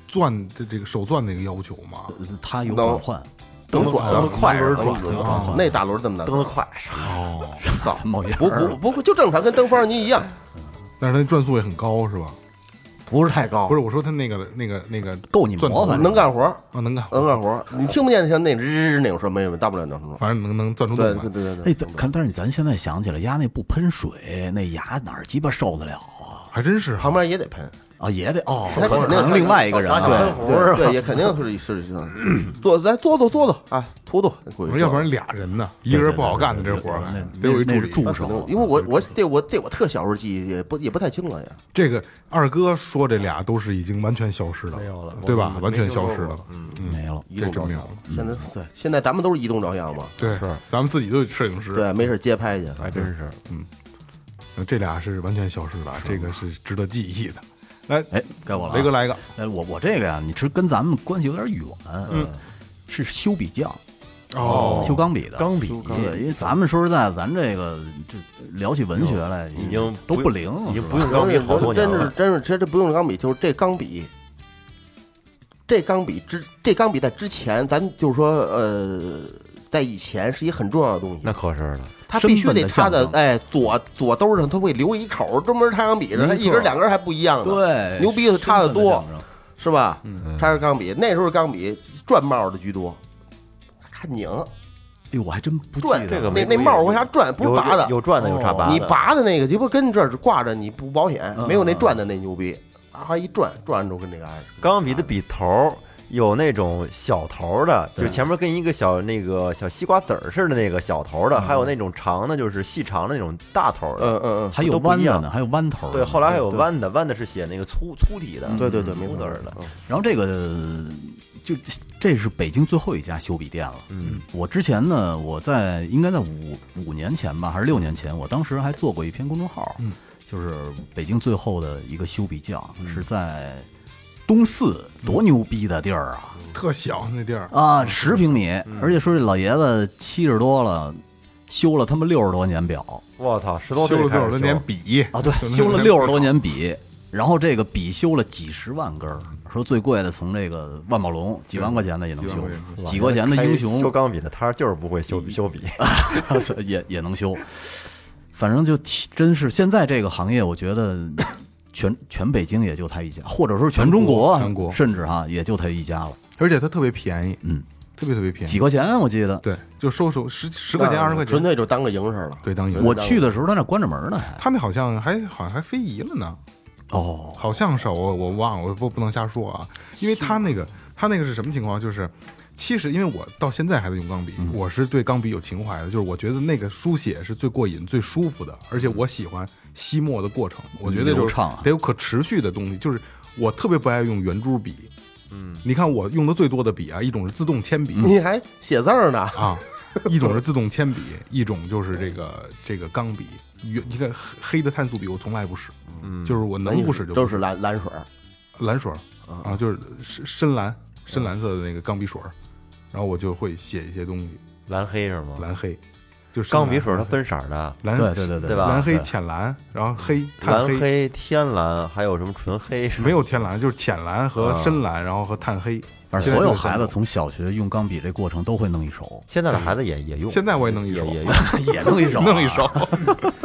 C: 钻的这个手钻那个要求吗？
E: 它有
D: 能
E: 转
C: 啊
E: 换，
D: 蹬转
F: 蹬得快
D: 轮儿
F: 蹬得
D: 转
C: 转
D: 啊那大轮儿这么大，
F: 蹬得快，
C: 哦，
D: 造
E: 咱冒烟
D: 不不不过就正常，跟蹬缝纫机一样，
C: 但是它转速也很高是吧？
D: 不是太高
C: 不是，我说它那个那个那个
E: 够你磨反正
D: 能干活儿
C: 啊，能干，
D: 能干活儿，你听不见像那吱那种声，没有，大不了两分钟。
C: 反正能能钻出
D: 对
C: 洞
D: 对
C: 来。
D: 对对对，
E: 哎，但看，但是咱现在想起来，牙那不喷水，那牙哪儿鸡巴受得了啊？
C: 还真是哈
D: 旁边也得喷，
E: 啊，也得哦，
D: 那
E: 可
D: 肯定
E: 能另外一个人啊，
D: 对对
E: 对
D: 对，也肯定是是是，做咱做做做做啊，涂涂，
C: 我
D: 过去
C: 说
D: 做
C: 要不然俩人呢，一个人不好干的这活儿，哎得有一助
E: 那是
C: 理。啊
D: 可
E: 助
D: 能
E: 手，
D: 因为我我对我对我特小时候记忆也不也不太清了也，
C: 这个二哥说这俩都是已经完全消失了，
F: 没有了
C: 对吧？
F: 我
C: 完全消
F: 没
C: 失
F: 听说
C: 了嗯
F: 过，
E: 没了。
D: 移
C: 这真
D: 动照
C: 没有了。。
D: 相现在对，现在咱们都是移动照相嘛，
C: 对，咱们自己都是哎摄影师，
D: 对，没事街拍去，
F: 还真是。
C: 嗯这俩是完全消失了，这个是值得记忆的。来，
E: 哎，该我了啊。
C: 雷哥来一个，
E: 哎，我我这个呀，你是跟咱们关系有点远，嗯，是修笔匠，
C: 哦
E: 修钢笔的。
F: 钢笔
E: 对，因为咱们说实在，咱这个这聊起文学来，
F: 已经
E: 都
F: 不
E: 不灵，
F: 已经
E: 是吧
F: 不用钢笔好多年
D: 真是
F: 了，
D: 真是，其实这不用钢笔，就是这钢笔，这钢笔之这钢笔在之前，咱们就是说呃，在以前是一个很重要的东西，
F: 那可是了。
D: 他必须得他
E: 身
D: 的
E: 份的象征
D: 哎左左兜上他会留一口，专门插钢笔的，
E: 没
D: 他
E: 错
D: 一根两根还不一样呢，
E: 对，
D: 哎牛逼的插得多
E: 身份象征
D: 是吧？
F: 嗯
D: 插根钢笔，那时候钢笔转帽的居多，看拧
E: 哎呦，我还真不记
D: 转
F: 这
E: 得
F: 个
D: 那
E: 了。
F: 没
D: 那
F: 注意
D: 帽为啥转？不是
F: 有
D: 拔的，哦
F: 有转的，有插拔的。
D: 你拔的那个，结果跟这儿挂着，你不保险，
E: 嗯
D: 没有那转的那牛逼。啊！一转转着跟那个二十，
F: 钢笔的笔头儿有那种小头儿的，就
E: 对
F: 前面跟一个小那个小西瓜籽儿似的那个小头儿的，还有那种长的，就是细长的那种大头儿的。
D: 嗯嗯
E: 还有
F: 都不
E: 弯
F: 一
E: 的
F: 样
E: 呢，还有弯头儿呢。
F: 对，后来还有
D: 对
F: 弯的，弯的是写那个粗粗体的，
D: 嗯，对对对，没
F: 粗字
D: 错嗯
F: 儿的。
E: 然后这个就这是北京最后一家修笔店了。
F: 嗯，
E: 我之前呢，我在应该在五五年前吧，还是六年前，我当时还做过一篇公众号，嗯，就是北京最后的一个修笔匠、
F: 嗯
E: 是在东四，多牛逼的地儿啊！
C: 特小那地儿，
E: 啊，十平米，
C: 嗯
E: 而且说这老爷子七十多了，修了他妈六十多年表。
F: 我操，十多
C: 修
F: 岁
C: 了
F: 开
C: 多
F: 始
C: 少多
F: 修
C: 年笔
E: 啊，对，修了六十多年笔，然后这个笔修了几十万根儿，说最贵的从这个万宝龙几万块钱的也能
C: 嗯几万
E: 修
C: 块钱，
E: 几块钱的
F: 开
E: 英
F: 修
E: 雄
F: 钢笔的摊儿就是不会修修笔，
E: 也也能修，反正就挺真是现在这个行业，我觉得全全北京也就他一家，或者说全中国，
C: 全国
E: 甚至哈也就他一家了，
C: 而且它特别便宜，
E: 嗯，
C: 特别特别便
E: 几
C: 宜，
E: 块钱我记得，
C: 对，就收手十十块钱二十块
D: 纯
C: 钱，
D: 粹就当个营生了。
C: 对，当有
E: 我去的时候他那关着门呢还，
C: 他那好像还好像还非遗了呢，
E: 哦，
C: 好像是我我忘了，我不不能瞎说啊，因为他那个他那个是什么情况？就是其实因为我到现在还在用钢笔，
E: 嗯
C: 我是对钢笔有情怀的，就是我觉得那个书写是最过瘾、最舒服的，而且我喜欢吸墨的过程，我觉得就
E: 流
C: 是
E: 畅啊
C: 得有可持续的东西，就是我特别不爱用圆珠笔。嗯，你看我用的最多的笔啊，一种是自动铅笔，
E: 嗯
D: 你还写字儿呢？
C: 啊，一种是自动铅笔，一种就是这个这个钢笔。原你看黑黑的碳素笔我从来不使，
F: 嗯
C: 就是我能不使就不
D: 都
C: 使
D: 是蓝蓝水儿，
C: 蓝水儿啊，就是深深蓝深蓝色的那个钢笔水儿，然后我就会写一些东西，
F: 蓝黑是吗？
C: 蓝黑，就是深
F: 钢
C: 蓝
F: 笔水它分色儿的，
C: 蓝
E: 对对对对
F: 对吧
C: 蓝黑
E: 对
C: 浅蓝，然后黑碳
F: 蓝
C: 黑
F: 黑、天蓝，还有什么纯黑是吧？
C: 没有天蓝，就是浅蓝和
F: 啊，
C: 深蓝，然后和碳黑。
E: 反正
C: 现在
E: 所有
C: 这三
E: 孩子
C: 种
E: 从小学用钢笔这过程都会弄一手
F: 现在的孩子也也用，
C: 现在我也弄一
F: 也
C: 手
F: 也用，
E: 也 弄一手啊，
C: 弄一手。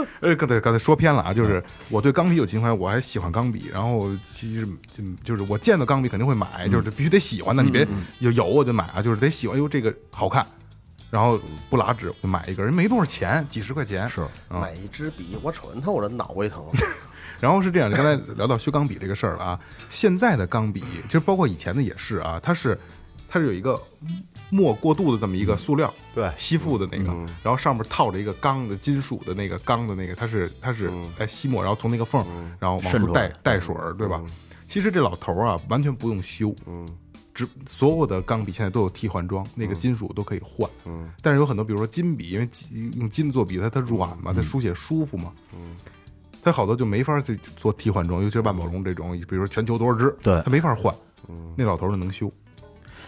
C: 呃，刚才刚才说偏了啊，就是我对钢笔有情怀，我还喜欢钢笔。然后其实就就是我见到钢笔肯定会买，就是必须得喜欢的，你别有有我就买啊，就是得喜欢。哎呦，这个好看，然后不拉纸我就买一根，人没多少钱，几十块钱是。嗯
D: 买一支笔，我瞅见他我这脑瓜疼。
C: 然后是这样，刚才聊到修钢笔这个事儿了啊，现在的钢笔其实包括以前的也是啊，它是它是有一个墨过渡的这么一个塑料，
F: 对
C: 吸附的那个，然后上面套着一个钢的金属的那个钢的那个，它是它是来吸墨，然后从那个缝儿，然后往
E: 渗
C: 出
E: 出
C: 带
E: 来
C: 带水儿，对吧？其实这老头儿啊，完全不用修，只所有的钢笔现在都有替换装，那个金属都可以换。嗯，但是有很多，比如说金笔，因为金用金做笔，它它软嘛，它书写舒服嘛。嗯，它好多就没法去做替换装，尤其是万宝龙这种，比如说全球多少支，
E: 对
C: 它没法换。那老头儿就能修，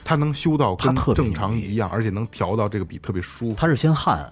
C: 他能修到
E: 他
C: 跟
E: 特别
C: 正常
E: 牛逼
C: 一样，而且能调到这个笔特别舒服。
E: 他是先焊，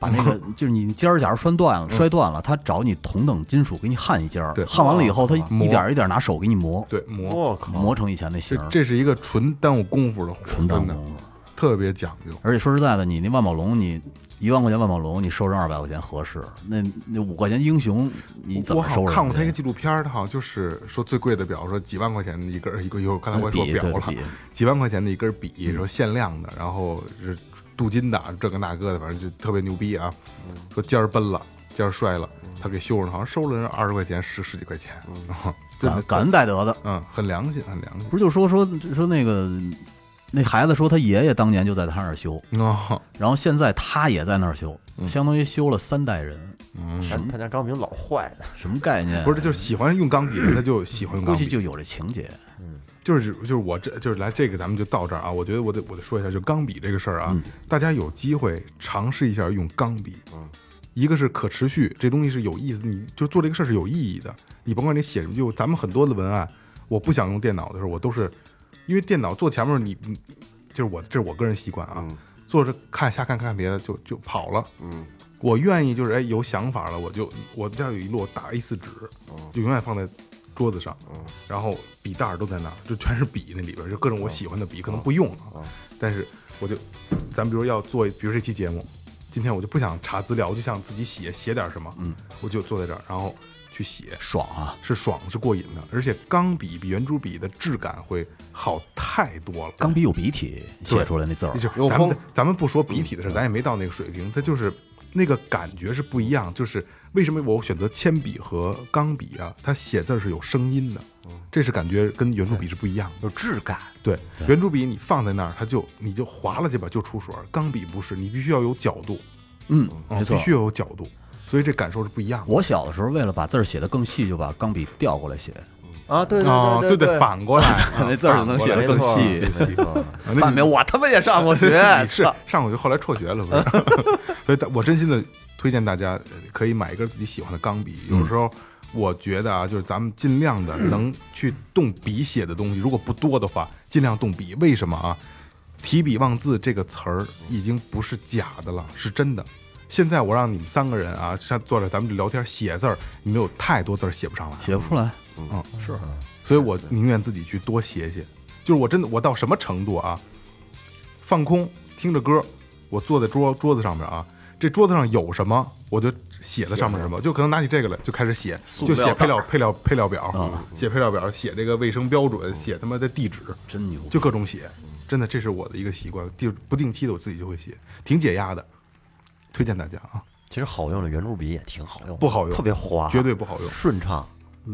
E: 把那 个就是你尖儿，假如拴断了、摔断了，他找你同等金属给你焊一尖儿
C: 对，
E: 焊完了以后，他
C: 磨
E: 一点儿一点儿拿手给你磨，
C: 对，磨
F: 我靠，
E: 磨成以前
C: 这
E: 那形儿，
C: 这是一个纯耽误功夫的活儿，
E: 纯当
C: 真的
E: 工。
C: 特别讲究。
E: 而且说实在的，你那万宝龙，你一万块钱万宝龙，你收人二百块钱合适？那那五块钱英雄，你怎
C: 我
E: 么
C: 好
E: 收
C: 像
E: 人家？
C: 看过他一个纪录片儿，他好像就是说最贵的表，说几万块钱的一根儿一个，有刚才我也说
E: 呃笔
C: 表
E: 对嗯
C: 了
E: 笔，
C: 几万块钱的一根笔，说限量的，然后是镀金的，这个那个的，反正就特别牛逼啊。
E: 嗯
C: 说尖儿崩了，尖儿摔了，他给修上，好像收了人二十块钱，十十几块钱，
E: 嗯
C: 真
E: 感
C: 的
E: 感恩戴德的，
C: 嗯，很良心，很良心。
E: 不是就说说说那个那孩子说他爷爷当年就在他那儿修，
C: 哦，
E: 然后现在他也在那儿修，相当于修了三代人，
F: 他他家张明老坏了，
E: 什么概 念？啊
C: 不是，就是喜欢用钢笔的，他就喜欢用
E: 估
C: 钢
E: 计
C: 笔。
E: 就有这情节。
C: 就是就是我这就是来这个，咱们就到这儿啊。我觉得我得我得说一下，就钢笔这个事儿啊，大家有机会尝试一下用钢笔。嗯，一个是可持续，这东西是有意思，你就做这个事儿是有意义的。你甭管你写什么，就咱们很多的文案，我不想用电脑的时候，我都是因为电脑坐前面你，你就是我这是我个人习惯啊，坐着看瞎看看别的就就跑了。嗯。我愿意就是哎有想法了，我就我家有一摞大 A 4纸，就永远放在桌子上，然后笔袋儿都在那儿，就全是笔那里边儿，就各种我喜欢的笔，可能不用了，但是我就，咱比如要做，比如这期节目，今天我就不想查资料，我就想自己写写点什么，嗯，我就坐在这儿，然后去写，
E: 爽啊！
C: 是爽是过瘾的，而且钢笔比圆珠笔的质感会好太多了，
E: 钢笔有笔体写出来那字儿，
C: 就
D: 有
C: 咱
D: 风
C: 们咱们不说笔体的事，咱也没到那个水平，它就是那个感觉是不一样。就是为什么我选择铅笔和钢笔啊？它写字儿是有声音的，这是感觉跟圆珠笔是不一样的。
F: 有质感。
C: 对，圆珠笔你放在那儿，它就你就划拉几把就出水儿，钢笔不是，你必须要有角度，
E: 嗯，
C: 嗯
E: 没错
C: 必。须要有角度，所以这感受是不一样的。
E: 我小的时候为了把字儿写得更细，就把钢笔调过来写，
F: 啊，对
C: 啊，
F: 对
C: 对，反过来，
E: 那字儿就能写得更
F: 啊
E: 细。看没有，我他妈也上过学
C: 是上过学，后来辍学了，不是？所以大，我真心的推荐大家呃可以买一根自己喜欢的钢笔。有时候我觉得啊，就是咱们尽量的能去动笔写的东西，如果不多的话，尽量动笔。为什么啊？提笔忘字这个词儿已经不是假的了，是真的。现在我让你们三个人啊，像坐着咱们这聊天写字儿，你们有太多字儿写不上来了。
E: 写不出来。
C: 所以我宁愿自己去多写写。就是我真的，我到什么程度啊？放空，听着歌，我坐在桌桌子上面啊，这桌子上有什么，我就写在上面什么，就可能拿起这个来就开始写，就写配料配料配料表，
D: 啊
C: 写配料表，写这个卫生标
D: 嗯
C: 准，写他妈的地址，
E: 真牛
C: 就各种写。真的，这是我的一个习惯，定不定期的我自己就会写，挺解压的，推荐大家啊，
F: 其实好用的圆珠笔也挺好用的，
C: 不好用
F: 特别滑，
D: 啊
C: 绝对不好用
F: 顺畅。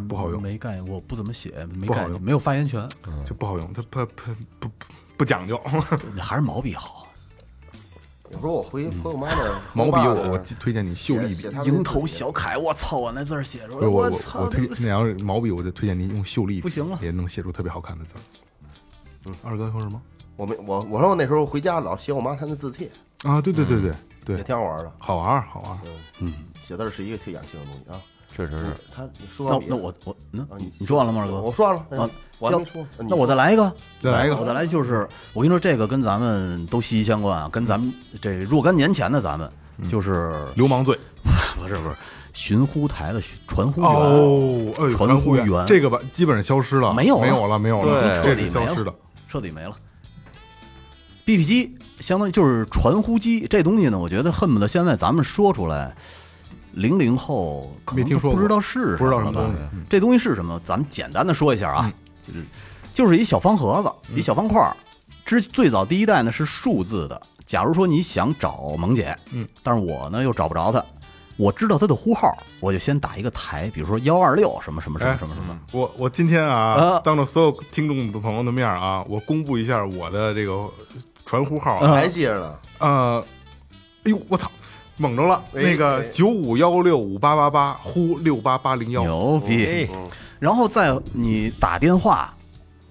C: 不好用，
E: 没概念，我不怎么写，没
C: 不好
E: 概念，
C: 用嗯
E: 没有发言权，
C: 就不好用，它它它不不不讲究，
E: 还是毛笔好。
D: 有时候我回回我妈那儿，
C: 毛
D: 我
C: 笔
D: 爸那
C: 我
D: 儿
C: 我推荐你秀丽笔
D: 写，他们
E: 蝇头小楷，我操！我那字儿写出来，
C: 我我
E: 操！
C: 我 推那要是毛笔，我就推荐您用秀丽笔，
E: 不行了
C: 也能写出特别好看的字儿。二哥说什么？
D: 我没我我说我那时候回家老写我妈她那字帖，
C: 啊，对对对对
D: 也
C: 对，
D: 挺好玩的。
C: 好玩儿好玩儿。
D: 写字是一个挺养性的东西啊。
F: 确实是，
D: 他你说
E: 那
D: 完笔
E: 那我我嗯
D: 啊，
E: 你你说完了吗，二哥？
D: 我说完了
E: 啊
D: 嗯，我还没
E: 要
D: 说。你
E: 那我再来一个，
C: 再来一个
E: 我再来就是，我跟你说，这个跟咱们都息息相关啊，跟咱们
C: 嗯
E: 这若干年前的咱们，就是
C: 流氓罪
E: 不是不是寻呼台的寻传呼员，
C: 哦，哎呦，
E: 传
C: 传呼
E: 呼员
C: 这个吧，基本上消失了，
E: 没有
C: 没
E: 了
C: 有了，没有了，
E: 彻
C: 这
E: 底
C: 是
E: 没
C: 消失
E: 了
C: 的。，
E: 彻底没了。BP 机相当于就是传呼机这东西呢，我觉得恨不得现在咱们说出来，零零后可
C: 没
E: 能
C: 听
E: 都
C: 说
E: 不知
C: 过
E: 道是
C: 不知道
E: 了
C: 什么
E: 吧
C: 东西嗯
E: 这东西是什么？咱们简单的说一下啊，就是就是一小方盒子，
C: 嗯
E: 一小方块儿。之最早第一代呢是数字的。假如说你想找萌姐，
C: 嗯，
E: 但是我呢又找不着她，我知道她的呼号，我就先打一个台，比如说幺二六什么什么什么
C: 哎
E: 什么什么，
C: 我我今天啊
E: 啊，
C: 当着所有听众的朋友的面儿啊，我公布一下我的这个传呼号啊，
D: 还记着呢，
C: 呃，哎呦，我操，猛着了！
D: 哎
C: 那个
D: 哎
C: 九五幺六五八八八呼六八八零幺，
E: 牛
C: 哎
E: 逼。然后在你打电话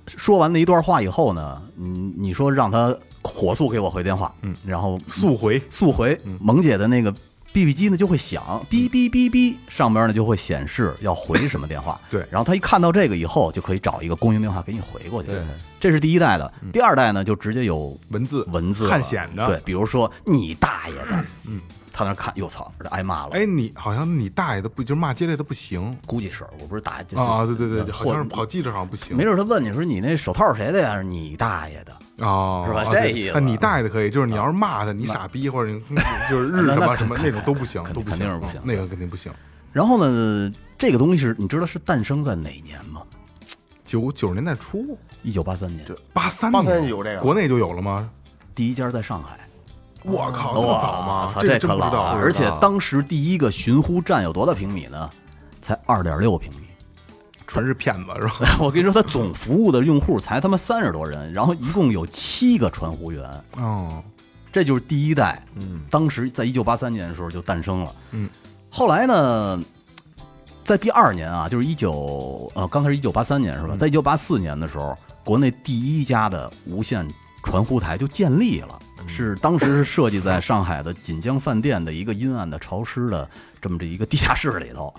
E: 说完那一段话以后呢，你你说让他火速给我回电话，嗯，然后
C: 速嗯回
E: 速回，萌姐的那个 BB 机呢就会响，哔哔哔哔，上边呢就会显示要回什么电话。
C: 对
E: 然后他一看到这个以后，就可以找一个公用电话给你回过去。这是第一代的，第二代呢就直接有
C: 嗯文字
E: 文字了
C: 看显的。
E: 对，，比如说你大爷的，嗯，他那看，哟操，这挨骂了。
C: 哎，你好像你大爷的不就是骂街类的不行
E: 估计是我不是大爷
C: 啊？对对对对，好
E: 嗯或
C: 像是好记着好像不行，
E: 没准他问你说你那手套谁的呀？你大爷的，
C: 哦，
E: 是吧
C: 啊
E: 这
C: 对
E: 意思嗯
C: 但你大爷的可以，就是你要是骂他，你傻逼或者你就是日什
E: 那
C: 么
E: 肯
C: 什么
E: 肯
C: 那种都不行，
E: 肯
C: 都不
E: 肯定
C: 行，
E: 是不
C: 嗯
E: 行
C: 那个肯定不行。
E: 然后呢，这个东西是你知道是诞生在哪年吗？
C: 九九十年代初，
E: 一九八三年，
C: 八三
D: 八三
C: 年
D: 有这个
C: 国内就有了吗？
E: 第一家在上海。
C: 我靠，这么
E: 哇
C: 早吗？
E: 操
C: 这个
E: 可
C: 真不知
E: 老
C: 道
E: 了！
C: 啊，
E: 而且当时第一个寻呼站有多大平米呢？才二点六平米。
C: 纯是骗子是吧？
E: 我跟你说，他总服务的用户才他妈三十多人，然后一共有七个传呼员，
C: 哦，
E: 这就是第一代。嗯，当时在一九八三年的时候就诞生了。
C: 嗯，
E: 后来呢，在第二年啊，就是一九呃，刚开始一九八三年是吧？在一九八四年的时候，国内第一家的无线传呼台就建立了，是当时是设计在上海的锦江饭店的一个阴暗的潮湿的这么这一个地下室里头。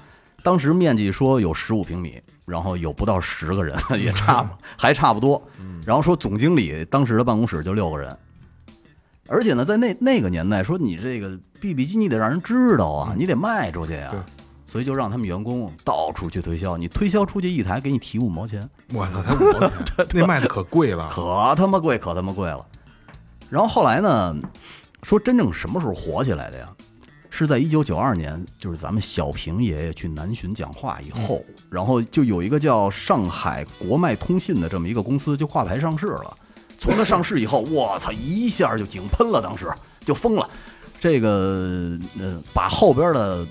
E: 当时面积说有十五平米，然后有不到十个人， 也差不还差不多。然后说总经理当时的办公室就六个人，而且呢，在那那个年代，说你这个 BB 机你得让人知道啊，你得卖出去呀、所以就让他们员工到处去推销，你推销出去一台给你提五毛钱，
C: 我操，才五毛钱， 那卖的可贵了。
E: 可他妈贵，可他妈贵了。然后后来呢，说真正什么时候火起来的呀？是在一九九二年，就是咱们小平爷爷去南巡讲话以后，
C: 嗯
E: 然后就有一个叫上海国脉通信的这么一个公司就挂牌上市了。从它上市以后，我操，一下就井喷了，当时就疯了。这个呃，把后边的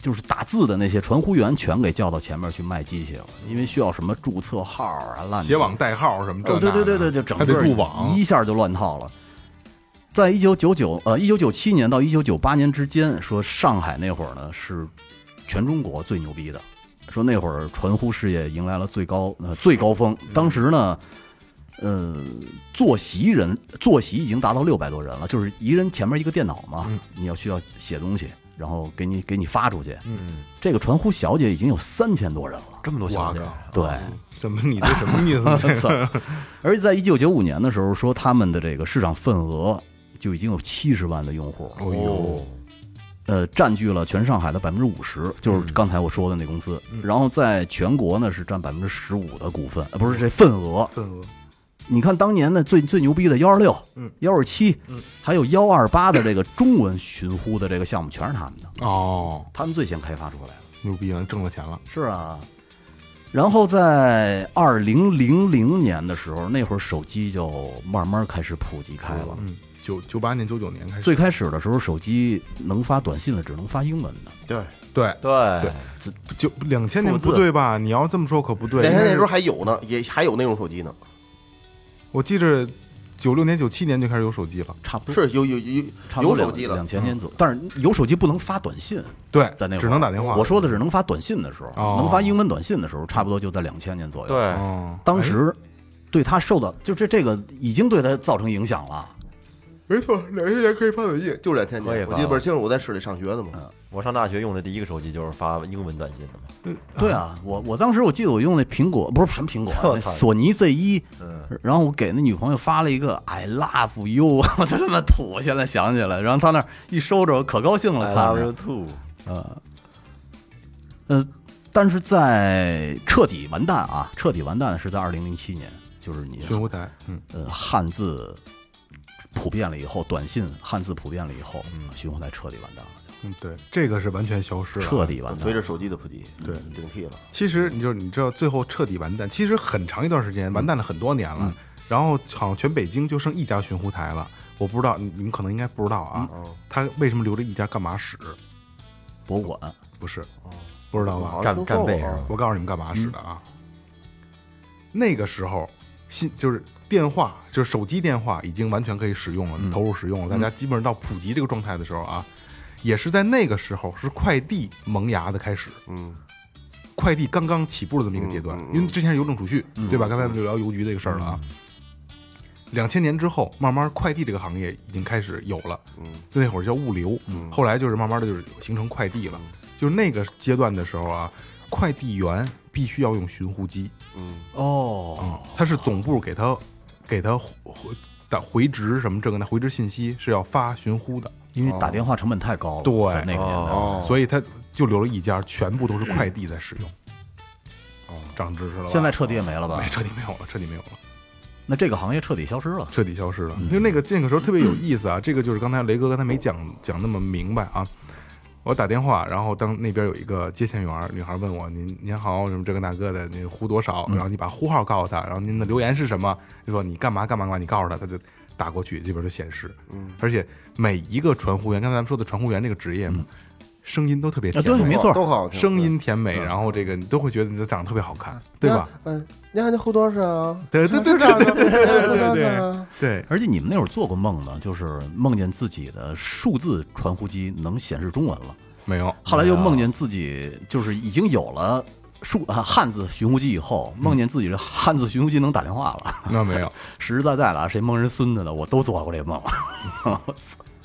E: 就是打字的那些传呼员全给叫到前面去卖机器了，因为需要什么注册号啊、烂七
C: 写网代号什么这
E: 哦，
C: 那
E: 对
C: 的、
E: 对对对，就整
C: 还
E: 个
C: 得入网
E: 一下就乱套了。在一九九九呃一九九七年到一九九八年之间，说上海那会儿呢是全中国最牛逼的，说那会儿传呼事业迎来了最高呃最高峰。当时呢，呃，坐席人坐席已经达到六百多人了，就是一人前面一个电脑嘛，
C: 嗯
E: 你要需要写东西，然后给你给你发出去。嗯，这个传呼小姐已经有三千多人了，
F: 这么多小
C: 我
F: 姐，
C: 靠，
E: 对。
C: 什么你这什么意 思？
E: 操！而且在一九九五年的时候，说他们的这个市场份额就已经有七十万的用户，
C: 哦呦，
E: 呃，占据了全上海的百分之五十，就是刚才我说的那公司。然后在全国呢是占百分之十五的股份，呃不是这份额。
C: 份额
E: 你看当年呢最最牛逼的幺二六、幺二七，还有幺二八的这个中文寻呼的这个项目，全是他们的，
C: 哦，
E: 他们最先开发出来的。
C: 牛逼了，挣了钱了。
E: 是啊。然后在二零零零年的时候，那会儿手机就慢慢开始普及开了。
C: 嗯，九九八年、九九年开始，
E: 最开始的时候，手机能发短信的只能发英文的，
D: 对，
C: 对，
F: 对，
C: 九两千年
D: 数字
C: 不对吧？你要这么说可不对。
D: 那
C: 应
D: 天
C: 该
D: 那
C: 是
D: 时候还有呢，也还有那种手机呢，
C: 我记着九六年、九七年就开始有手机了。
E: 差不多
D: 是有有有
E: 差不
D: 有
E: 多
D: 手机了
E: 两，千年左右。但是有手机不能发短信，
C: 对，
E: 在那会儿
C: 只能打电话。
E: 我说的是能发短信的时候，
C: 哦
E: 能发英文短信的时候，差不多就在两千年左右。，
F: 对，
C: 哦，
E: 当时对他受到就这这个已经对他造成影响了。
D: 没错，两千年可以发短信，就两千
F: 可以
D: 年，
F: 发
D: 我记得倍儿清楚，我在市里上学的
C: 嗯
D: 嘛，
F: 我上大学用的第一个手机就是发英文短信的嘛，
E: 对啊，我我当时我记得我用那苹果不是什么苹果啊，那
F: 我操
E: 索尼 Z 一
F: 嗯，
E: 然后我给那女朋友发了一个 I love you，我 就这么土，现在想起来，然后她那儿一收着，我可高兴了，看着，
F: two，
E: 呃，但是在彻底完蛋啊，彻底完蛋是在二零零七年，就是你
C: 寻呼台，嗯，
E: 呃汉字普遍了以后，短信汉字普遍了以后，寻呼台彻底完蛋了，
C: 嗯，对，这个是完啊全消失了，
E: 彻底完蛋
D: 随
E: 了。
D: 着手机的普及，对，顶替了。
C: 其实你就是你知道，最后彻底完蛋，其实很长一段时间完蛋了很多年了，然后好像全北京就剩一家寻呼台了。我不知道，你你们可能应该不知道啊，他为什么留着一家干嘛使？
E: 博物馆
C: 不是，不知道吧？啊
D: 好
F: 站
D: 像听
F: 站
D: 说
F: 背
D: 过
F: 上
D: 啊
C: 我告诉你们干嘛使的啊。那个时候，新就是电话，就是手机电话已经完全可以使用了，投入使用了。大家基本上到普及这个状态的时候啊，也是在那个时候是快递萌芽的开始。
D: 嗯，
C: 快递刚刚起步的这么一个阶段，因为之前是邮政储蓄，对吧？刚才我们就聊邮局这个事儿了啊。两千年之后，慢慢快递这个行业已经开始有了，嗯，那会儿叫物流，嗯，后来就是慢慢的就是形成快递了。就是那个阶段的时候啊，快递员必须要用寻呼机，
E: 哦，
C: 他是总部给他给他回回打回执什么这个那回执信息是要发寻呼的，
E: 因为打电话成本太高了，
C: 对
E: 在那个年代，
D: 哦
C: 所以他就留了一家，全部都是快递在使用。哦，长知识了吧。
E: 现在彻底也没了吧
C: 没？哎彻底没有了，彻底没有了，
E: 那这个行业彻底消失了。
C: 彻底消失了。
E: 嗯
C: 因为那个那个时候特别有意思啊，这个就是刚才雷哥刚才没讲讲那么明白啊。我打电话，然后当那边有一个接线员儿，女孩问我：“您您好，什么这个那个的，您呼多
E: 嗯
C: 少？”然后你把呼号告诉他，然后您的留言是什么？就说你干嘛干嘛干嘛，你告诉他，他就打过去，这边就显示。嗯，而且每一个传呼员，刚才咱们说的传呼员这个职业嘛，声音都特别甜
E: 啊对
C: 美
E: 嗯没错嗯
D: 都好听
C: 声。音甜美，然后这个你都会觉得你长得特别好看，对吧？
D: 嗯，你看那后多少？
C: 对对对对对对对对对，
E: 而且你们那会儿做过梦呢，就是梦见自己的数字传呼机能显示中文了，
C: 没有。啊
E: 后来又梦见自己就是已经有了数啊汉字寻呼机以后，梦见自己的汉字寻呼机能打电话了，
C: 那没有，
E: 实实在在的啊，谁蒙人孙子的，我都做过这梦。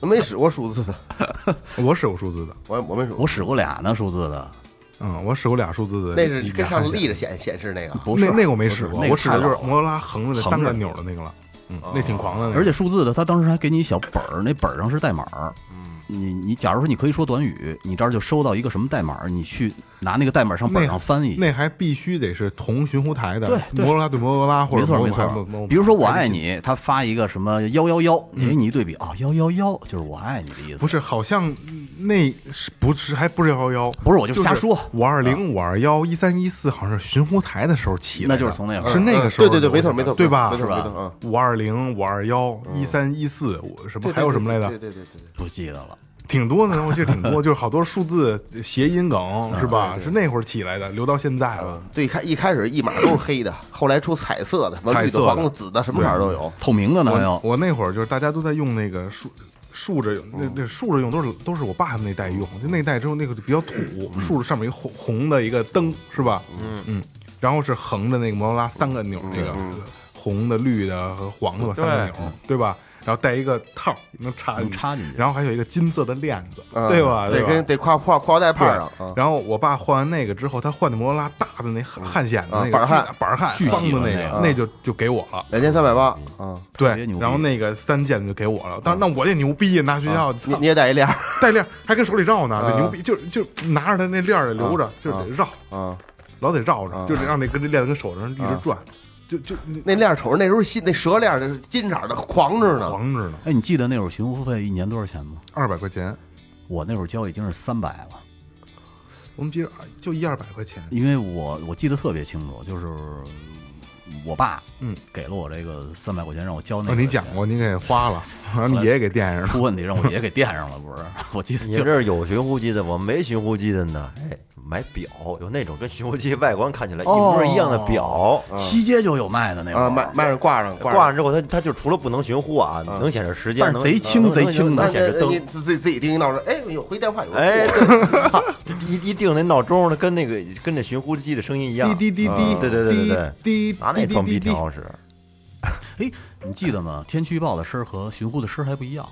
D: 没使过数字的，
C: 我使过数字的，
D: 我我没使过
E: 我。使过俩呢数字的，
C: 嗯，我使过俩数字的，
D: 那是
C: 一
D: 跟上
C: 俩
D: 立着显显示那个，
E: 不是
C: 那那个我没使过，
E: 那个
C: 我使的
E: 太
C: 就
E: 老
C: 是
E: 了
C: 摩托罗拉横着的
E: 横着
C: 三个钮儿的那个了，嗯，
E: 哦
C: 那挺狂的那个。
E: 而且数字的他当时还给你一小本儿，那本儿上是代码儿。
C: 嗯
E: 你你假如说你可以说短语，你这儿就收到一个什么代码儿，你去拿那个代码上本儿上翻译。
C: 那还必须得是同巡湖台的，
E: 对
C: 摩
E: 对
C: 托罗拉对摩托罗拉，或
E: 没
C: 者
E: 错
C: 摩
E: 没
C: 托罗拉对摩
E: 错
C: 托，
E: 比如说我爱，你，他发一个什么幺幺幺，哎，你一对比啊，幺幺幺就是我爱你的意思。
C: 嗯不是，好像那是不是还不是幺幺幺？
E: 不是我就瞎说嗯
C: 五二零、五二幺、一三一四，好像是巡湖台的时候起来的，
E: 那就是从那会儿
C: 是那个时候
D: 对
C: 留下的，
D: 对对，没错没错，
C: 对吧？
D: 没错没
E: 吧
D: 错啊。
C: 五二零、五二幺、一三一四，我什么还有什么来
D: 对
C: 着？
D: 对对对对，
E: 不记得了。
C: 挺多的，我记得挺 多，就是好多数字谐音
E: 嗯
C: 梗，是吧？是那会儿起来的，留到现在了。
D: 嗯对，一开一开始一码都是黑的，后来出彩色的，什么
C: 彩
D: 绿
C: 色
D: 的、
C: 的
D: 黄的、紫的，什么色儿都有。
E: 透明的呢
C: 我
E: 又，
C: 我那会儿就是大家都在用那个竖竖着用，那那竖着用都是都是我爸他们那代用，就那代之后那个就比较土，竖着上面一个红红的一个灯是吧？嗯嗯，然后是横的那个摩托罗拉三个钮儿，那个红的、绿的和黄的吧，三个钮儿对吧？然后带一个套儿能插
E: 能插进去
C: 然后还有一个金色的链子，
D: 嗯
C: 对吧？对
D: 得
C: 吧
D: 跟得挂挂挂腰带
C: 对
D: 帕上啊。
C: 然后我爸换完那个之后，他换的摩托罗拉大的那汗显的那
D: 啊
C: 个
D: 板儿
C: 巨
D: 焊
C: 板儿焊
E: 巨
C: 方
E: 喜
C: 的
E: 欢
C: 那
E: 那
C: 个
E: 个，
C: 那就就给我了。
D: 两千三百八啊！
E: 别
C: 对
E: 牛，逼嗯
C: 然后那个三件就给我了，但是那我也牛逼，拿学
E: 啊
C: 校
D: 你你也带一链儿
C: 带链儿，还跟手里绕呢，
E: 嗯
C: 这牛逼，就就拿着它那链儿留着，就是得绕，
E: 嗯
D: 啊？
C: 老得绕着，就得让那跟这链子跟手上一直转，就就
D: 那链儿瞅着那时候新那蛇链儿那是金色儿的，狂着呢。
C: 黄着呢，
E: 哎，你记得那会儿寻呼费一年多少钱吗？
C: 二百块钱，
E: 我那会儿交已经是三百了，
C: 我们记着就一二百块钱，
E: 因为我我记得特别清楚，就是我爸
C: 嗯
E: 给了我这个三百块钱让我交那
C: 哦，
E: 个。
C: 你讲过，你给花 了，让你爷爷给垫上了，
E: 出问题让我爷给垫上了，不是？ 我 记得
F: 你
E: 就
F: 这儿有寻呼机的，我没寻呼机的呢。哎，买表有那种跟寻呼机外观看起来一模一样
C: 哦
F: 的表，
C: 啊嗯
E: 西街就有卖的那会
D: 啊，
E: 儿，
D: 卖卖上挂上
F: 挂
D: 上。
F: 上之后它它就除了不能寻呼啊，
C: 嗯
F: 能显示时间，
E: 但是
F: 能
E: 贼轻
F: 能
E: 贼
F: 能
E: 轻的
D: 那
F: 能显示
D: 那
F: 灯
D: 你。自自己自己叮叮当说，哎，有回电话有。
F: 哎，对操一一定那闹钟，它跟那个跟那寻呼机的声音一样。
C: 滴滴滴滴，
E: 啊
F: 嗯对对对对对，
C: 滴
F: 拿那装逼挺好使。
E: 哎，你记得吗？天气预报的诗和寻呼的诗还不一样。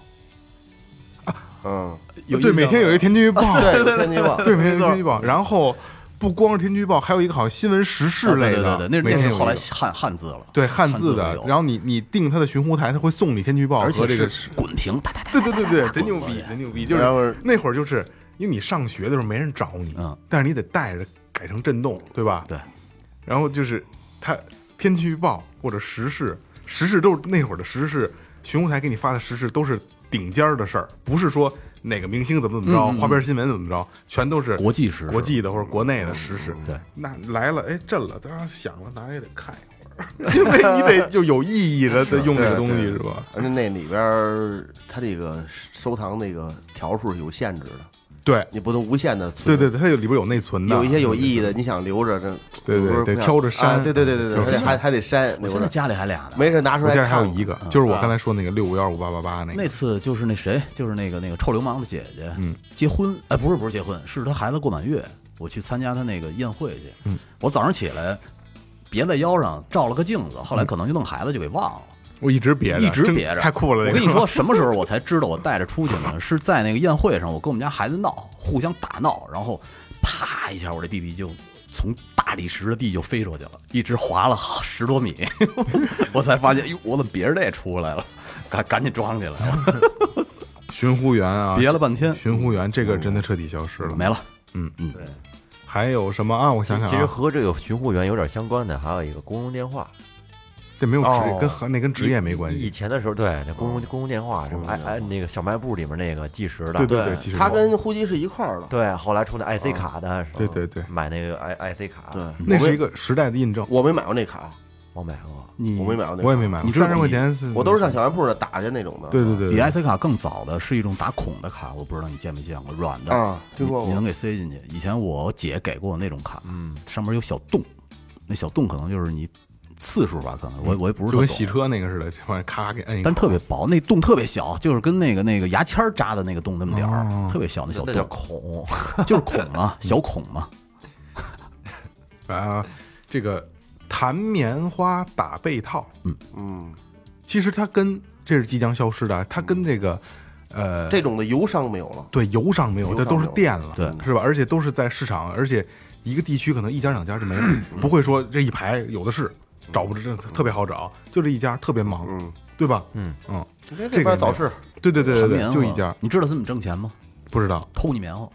D: 嗯，啊
E: 有
C: 对，
E: 印象
C: 每天有一个天气预 报，
D: 对对对，吧。
C: 哦对，每天有天气预报，然后。不光是天气预报，还有一个好像新闻时事类的，
E: 啊对对对，
C: 每
E: 那那
C: 天
E: 是
C: 有一
E: 后来
C: 个
E: 汉汉字了，
C: 对汉字
E: 字
C: 的
E: 都，有
C: 然后你你定它的寻呼台，它会送你天气预报
E: 而
C: 和
E: 且
C: 这个
E: 是滚屏，哒哒哒。
C: 对对对对，真牛逼，真牛
E: 嗯
C: 逼！就
D: 然后
C: 是那会儿就是因为你上学的时候没人找你，
E: 嗯
C: 但是你得带着改成震动，对吧？
E: 对。
C: 然后就是它天气预报或者时事，时事都是那会儿的时事，寻呼台给你发的时事都是顶尖儿的事儿，不是说哪个明星怎么怎么着，花边新闻怎么着，全都是
E: 国际时事
C: 国际的或者国内的时事。
E: 对，
C: 那来了，哎，震了，当然响了，咱也得看一会儿，因 为你得就有意义的在用这个东西，是吧？
D: 而且那里边儿它这个收藏那个条数是有限制的，
C: 对
D: 你不能无限的
C: 对对对，它有里边有内存的，
D: 有一些有意义的，你想留着这，
C: 对对
D: 有时候不
C: 得
D: 想
C: 挑着删
D: 啊对对对对
C: 挑
D: 对，而
C: 着
D: 且
C: 删
D: 还还得删
E: 我
D: 留
E: 现在
D: 着，
E: 家里还俩呢。
D: 没事拿出
C: 我
D: 来
C: 现在
D: 看
C: 还
D: 看。
C: 有一个，就是我刚才说那个六五幺五八八八那个
E: 嗯啊那，次就是那谁，就是那个那个臭流氓的姐姐，嗯，结婚，哎，不是不是结婚，是她孩子过满月，我去参加她那个宴会去，嗯，我早上起来别在腰上照了个镜子，后来可能就弄孩子就给忘了。
C: 我一直别着，
E: 一直
C: 真
E: 别着，
C: 太酷了。
E: 我
C: 那个
E: 跟你 说，什么时候我才知道我带着出去呢？ 是在那个宴会上，我跟我们家孩子闹，互相打闹，然后啪一下，我这 BB 就从大理石的地就飞出去了，一直滑了好十多米， 我才发现，哟，我怎么别着这出来 了？赶赶紧装起来了，
C: 寻呼员啊，
E: 别了半天
C: 寻呼员这个真的彻底消失了。
E: 没了。
C: 还有什么啊？我想想
F: 其实
C: 啊，
F: 和这个巡护员有点相关的，还有一个公用电话，
C: 这没有
D: 哦
C: 职跟和那跟职业没关
F: 以
C: 系。嗯
F: 前的时候，对那公用公用电话，什么哎哎那个小卖部里面那个计时的，
C: 对对
D: 对
C: 其实
D: 它
C: 我
D: 跟呼机是一块儿的。
F: 对，后来出那 IC 卡的，是吧
C: 啊对对对
F: 买那个 I IC 卡，
D: 对，，
C: 那
D: 我
C: 是
D: 没
C: 一个时代的印证，
D: 我没买过那卡，
F: 我买过，
E: 你
D: 我没买过那卡，
C: 我也没买过，
E: 你知道
C: 三十块钱是，
D: 我都是上小卖部儿的打去那种的。
C: 对对对
E: 比
C: 对
E: IC 卡更早的是一种打孔的卡，我不知道你见没见过，软的
D: 啊听说过
E: 你你能给塞进去。以前我姐给过我那种卡，嗯，上面有小洞，那小洞可能就是你次数吧，可能我我也不是
C: 嗯就
E: 特
C: 跟洗
E: 懂，
C: 车那个似的，这玩意儿咔给摁一
E: 但
C: 口，
E: 特别薄，那洞特别小，就是跟那个那个牙签儿扎的那个洞那么点儿，
C: 哦
E: 特别小那小
F: 那叫
E: 洞，
F: 孔，
E: 就是孔 嘛，小孔嘛。
C: 啊，这个弹棉花打被套，
D: 嗯，
C: 其实它跟这是即将消失的啊，它
E: 嗯
C: 跟这个呃
D: 这种的邮商没有了。
C: 对油上没有，
D: 油
C: 这
D: 上
C: 都是
D: 没有
C: 电了，
E: 对
C: 是吧？而且都是在市场，而且一个地区可能一家两家就没了，不会说这一排有的是，找不着，这特别好找，就这一家特别忙，
D: 嗯，
C: 对吧？嗯嗯，
D: 你
C: 这
D: 看
C: 个
D: 这边早市，
C: 对对对对
E: 弹
C: 对，
E: 棉
C: 就
E: 花
C: 一家，
E: 你知道他怎么挣钱吗？
C: 不知道，
E: 偷你棉花，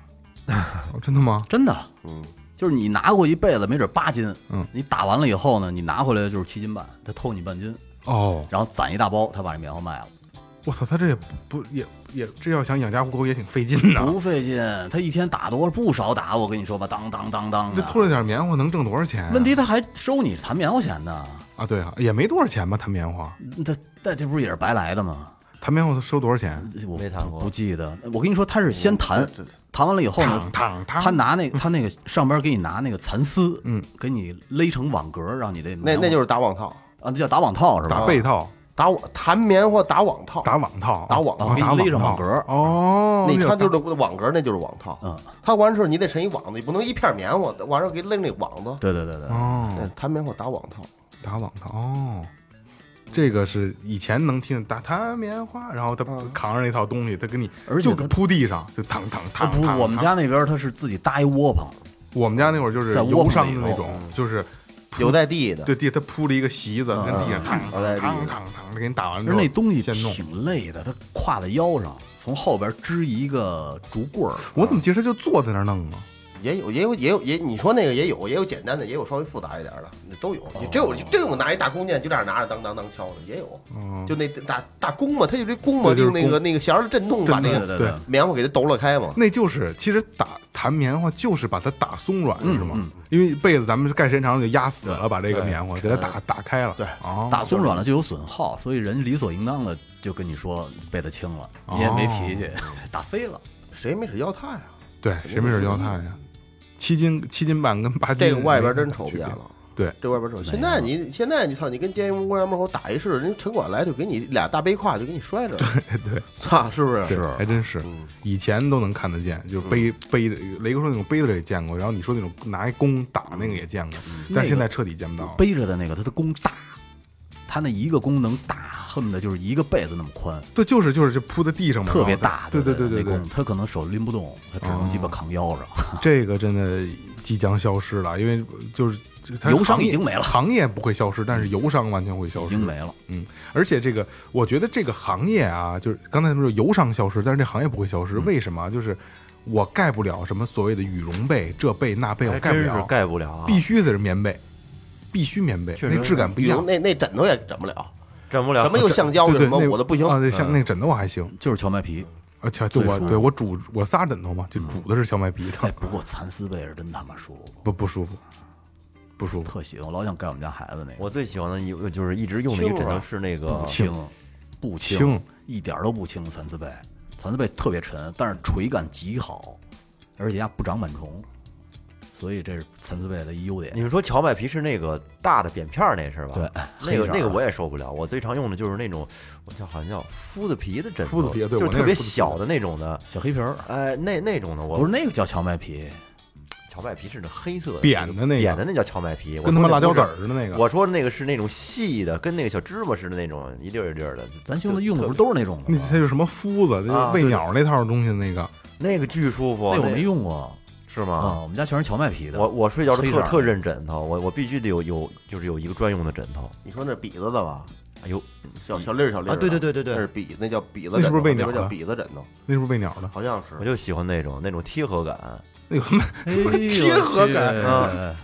C: 哦真的吗？
E: 真的。嗯。就是你拿过一被子，没准八斤，
C: 嗯
E: 你打完了以后呢，你拿回来就是七斤半，他偷你半斤，
C: 哦，
E: 然后攒一大包，他把这棉花卖了。
C: 我操，他这也不也也这要想养家糊口也挺费劲的，
E: 不费劲，他一天打多少不少打，我跟你说吧，当当当啊当
C: 这
E: 的。
C: 偷了点棉花能挣多少钱啊？
E: 问题他还收你弹棉花钱呢，
C: 啊，对啊，也没多少钱吧？弹棉花，
E: 他那这不是也是白来的吗？
C: 弹棉花收多少钱？
E: 我
F: 没弹过
E: 不记得。我跟你说，他是先弹，弹完了以后呢，
C: 烫烫烫
E: 他拿那他那个上边给你拿那个蚕丝，
C: 嗯，
E: 给你勒成网格，让你这
D: 那那就是是打网套，
E: 啊，那叫打网套是吧？
C: 打被套，
D: 打网弹棉花打网套，
C: 打网套，
D: 打网套
C: 啊
E: 给你
C: 打
E: 勒上
C: 网
E: 网格
C: 套哦，
D: 你
C: 那有
D: 穿
C: 大
D: 就是网格，那就是网套。
E: 嗯，
D: 它完之后你得成一网子，你不能一片棉花，完之后给扔那网子。
E: 对对对对，
C: 哦，
D: 对，弹棉花打网套，
C: 打网套哦，这个是以前能听打弹棉花，然后他
E: 哦
C: 扛着那套东西，他给你
E: 而且
C: 就
E: 他
C: 铺地上就躺躺躺。
E: 哦不，
C: 躺
E: 我们
C: 躺
E: 家那边他是自己搭一窝棚，
C: 我们家那会儿就是
E: 在窝
C: 油
E: 棚
C: 上
E: 里
C: 的那
E: 头嗯
C: 种，就是
D: 有带地的。
C: 对地他铺了一个席子，跟
E: 嗯
C: 地上躺
D: 我在
C: 躺
D: 地
C: 躺
D: 上
C: 躺躺，给你打完之
E: 而
C: 后
E: 那东西
C: 先弄。
E: 挺累的，他挎在腰上，从后边支一个竹棍儿，
C: 我怎么记得他就坐在那儿弄呢？
D: 也有，也有，也有，也你说那个也有，也有简单的，也有稍微复杂一点的，都有。
C: 哦
D: 你这有这种拿一大弓箭就这样拿着当当当敲的也有，就那大大弓嘛，它就这弓嘛，
C: 嗯对就是
D: 用那个
C: 弓
D: 那个弦儿的震动把那
E: 对
D: 个
E: 对
C: 对
E: 对，
D: 棉花给它抖了开嘛。
C: 那就是，其实打弹棉花就是把它打松软，
E: 嗯
C: 是吗？因为被子咱们盖时间长了就压死了，把这个棉花给它打打开了。对，哦，
E: 打松软了就有损耗，所以人理所应当的就跟你说被子轻了，你也没脾气，
C: 哦
E: 打飞了。
D: 谁没使腰踏呀？
C: 对，谁没事要它呀？七斤七斤半跟八斤，
D: 这个外边
C: 嗯没
D: 真
C: 什么
D: 丑
C: 区
D: 不
C: 别
D: 见了。
C: 对，
D: 这外边丑。现在你现在你操，你跟监狱公园门口打一试，人城管来就给你俩大背胯就给你摔着，
C: 对
D: 操，是不是？
C: 对，还真是，
D: 嗯
C: 以前都能看得见，就背背着，雷哥说那种背着也见过，然后你说那种拿一弓打那个也见过，
D: 嗯
C: 但现在彻底见不到了。
E: 背着的那个，它的弓大，它那一个弓能大，恨不得就是一个被子那么宽，
C: 对，就是就是就铺在地上嘛，
E: 特别
C: 然后它
E: 大的。
C: 哦对对对
E: 那
C: 对对哦
E: 弓，，它可能手拎不动，它只能鸡巴扛腰上。
C: 这个真的即将消失了，因为就是它
E: 油商
C: 行业
E: 已经没了
C: 行业不会消失，但是油商完全会消
E: 已
C: 失，
E: 经没了，
C: 嗯，而且这个，我觉得这个行业啊，就是刚才他们说油商消失，但是这行业不会消
F: 嗯
C: 失，为什么啊？就是我盖不了什么所谓的羽绒被，这被那被我
F: 还
C: 哎盖不
F: 哎真是
C: 了，
F: 盖不了啊，
C: 必须得是棉被，必须棉被，
F: 确实
C: 那质感不一
D: 羽
C: 样
D: 绒。那那枕头也枕不了，
F: 整不了，
D: 什么又橡胶
C: 对
D: 又
C: 对，
D: 什
C: 那
D: 么
C: 个
D: 我的不行。
C: 啊！对，
F: 嗯
C: 像那个枕头我还行，
E: 就是荞麦皮。
C: 而且就
E: 最
C: 我
E: 舒服
C: 对我煮我仨枕头嘛，就
F: 嗯
C: 煮的是荞麦 皮
E: 哎
C: 的，，
E: 不过蚕丝被是真他妈舒服，
C: 不不舒服，不舒服。
E: 特喜欢，我老想盖我们家孩子那个。
F: 我最喜欢的一就是一直用的一个枕头是那个
E: 不轻，呃不
C: 轻
E: 一点儿都不轻。蚕丝被，蚕丝被特别沉，但是垂感极好，而且它不长螨虫，所以这是蚕丝被的一优点
F: 你。们说荞麦皮是那个大的扁片儿那是吧？
E: 对，
F: 那
E: 黑
F: 个
E: 色儿啊
F: 那个我也受不了。我最常用的就是那种，我叫好像叫麸子皮的枕头，
C: 麸子皮对
F: 就是
C: 我那
F: 特别
C: 是麸子皮
F: 小的那种的。
E: 小黑皮儿，
F: 哎，那那种的我
E: 不是那个叫荞麦皮，
F: 荞麦皮是那黑色的
C: 扁的那个
F: 扁的那叫荞麦皮，
C: 跟他
F: 我
C: 妈
F: 说
C: 辣
F: 那
C: 椒
F: 不
C: 籽
F: 是
C: 儿似的那个。
F: 我说那个是那种细的，跟那个小芝麻似的那种，一粒儿一粒儿的。
E: 咱兄弟
F: 就
E: 用的不是都是那种的
C: 那
E: 吗？
C: 它就什么麸子，
F: 啊
C: 就是喂鸟那套东西那个，
F: 那个巨舒服，
E: 那我没用过
F: 是吗？
E: 啊，我们家全是荞麦皮的。哎
F: 我我睡觉是
E: 黑色
F: 特
E: 儿
F: 特认枕头，我我必须得有有就是有一个专用的枕头。
D: 你说那比子的吧？嗯
F: 哎呦，
D: 小小粒儿小粒儿
F: 啊
D: 的
F: 对对对对对
D: 那是比那叫比子
C: 那
D: 枕头，
C: 是不是喂
D: 那边
C: 鸟
D: 叫
C: 的
D: 比子枕头？
C: 那是不是喂鸟的？
D: 好像
F: 啊我
D: 是。
F: 就喜欢那种那种贴合感。
C: 那有什么？
E: 贴
D: 合感
E: 啊，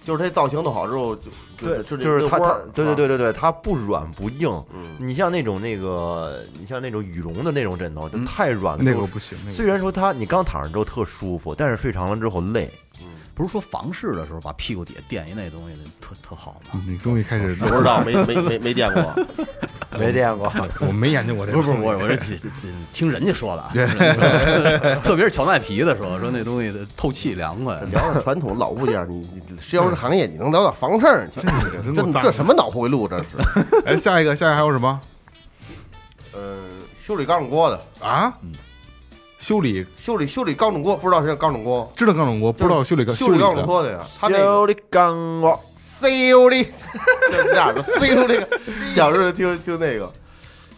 D: 就是它造型弄好之后，就
F: 对，
D: 就
F: 就是它，
D: 它
F: 它，对对对对对，它不软不硬。
D: 嗯
F: 你像那种那个，你像那种羽绒的那种枕头，就太软了。
C: 那
F: 就
C: 个
F: 是
C: 不行，那个
F: 虽然说它你刚躺上之后特舒服，但是睡长了之后累。
E: 不是说房事的时候把屁股底下垫一那东西特特好吗？
C: 嗯你终于 开始，
D: 不知道，没没没没见过。
F: 没见过，
C: 我没研究过这
E: 不
C: 个。
E: 是不是，我我是听听人家说的啊，听人家说的 特别是荞麦皮的时候，说那东西透气凉快。
D: 聊聊传统老物件儿，你你你销售行业，你能聊到房事儿去？
C: 真
D: 这
C: 够脏
D: 这什么脑回路？这是，
C: 哎，下一个，下一个还有什么
D: 呃， 修理钢种锅的，
C: 啊？修理
D: 修理修理钢种锅，不知道是钢种锅，
C: 知道钢种锅，不知道修理钢
D: 修理
C: 理
D: 钢种
C: 的
D: 锅的呀，他那个
F: 修理钢我
D: 修理，就这样的修理， 小时候听听那个。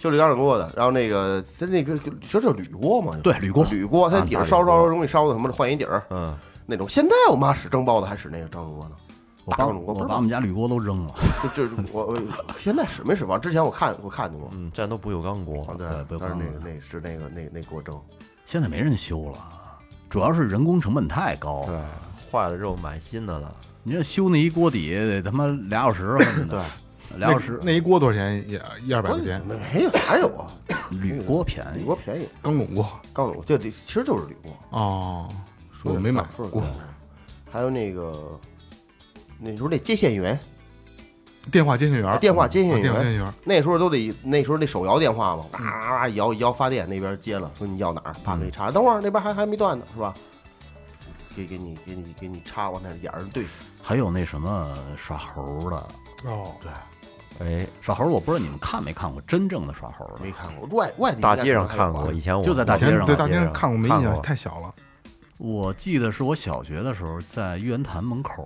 D: 修理钢种锅的，然后那个它那个说这铝锅嘛，
E: 对铝锅
D: 铝锅，它底
F: 啊
D: 儿
F: 大
D: 烧
F: 铝锅
D: 烧容易烧的什么的，换一底儿
F: 嗯，
D: 那种。现在我妈使蒸包子还使那个钢种锅呢，
E: 我
D: 大
E: 把
D: 钢种锅不
E: 我
D: 知
E: 把我
D: 道
E: 们，家铝锅都扔了，
D: 就就是我我现在使没使完，之前我看我看见过，
F: 嗯，战斗不锈钢锅
D: 啊，，对
E: 对不用
D: 但是
E: 放
D: 那
E: 了
D: 个那是那个那那锅蒸，
E: 现在没人修了，啊主要是人工成本太高。
F: 对，坏了之后买新的了。
E: 你这修那一锅底得他妈俩小时了，恨不得俩小时
C: 那。那一锅多少钱？也一二百块钱。
D: 没有哪有啊？
E: 铝锅便
D: 铝
E: 宜，
D: 锅便宜，
C: 钢种锅
D: 刚有就这其实就是铝锅，
C: 哦，
D: 说
C: 我
D: 点
C: 没买
D: 大说点
C: 过
D: 大。 还有那个，那时候那接线员，
C: 电话接线员，
D: 电话接线
C: 啊
D: 员
C: 电话接线员，
D: 那时候都得那时候那手摇电话嘛，嘎嘎嘎摇摇发电那边接了，说你要哪儿，啪
F: 嗯
D: 给你插，等会儿那边还还没断呢，是吧？给给你给你给你插往那眼儿对，
E: 还有那什么耍猴的，
C: 哦，
F: 哎，
E: 耍猴我不知道你们看没看过真正的耍猴的，
D: 没看过，外外地
F: 大
D: 应该
F: 街上
D: 可能还
F: 看
D: 有吧
F: 过，以前我
E: 就在大
C: 以
E: 街上
C: 前对
E: 大
C: 大
F: 街
C: 街
F: 上
C: 上看过没
F: 看
C: 印象，
F: 过
C: 太小了。
E: 我记得是我小学的时候，在玉渊潭门口，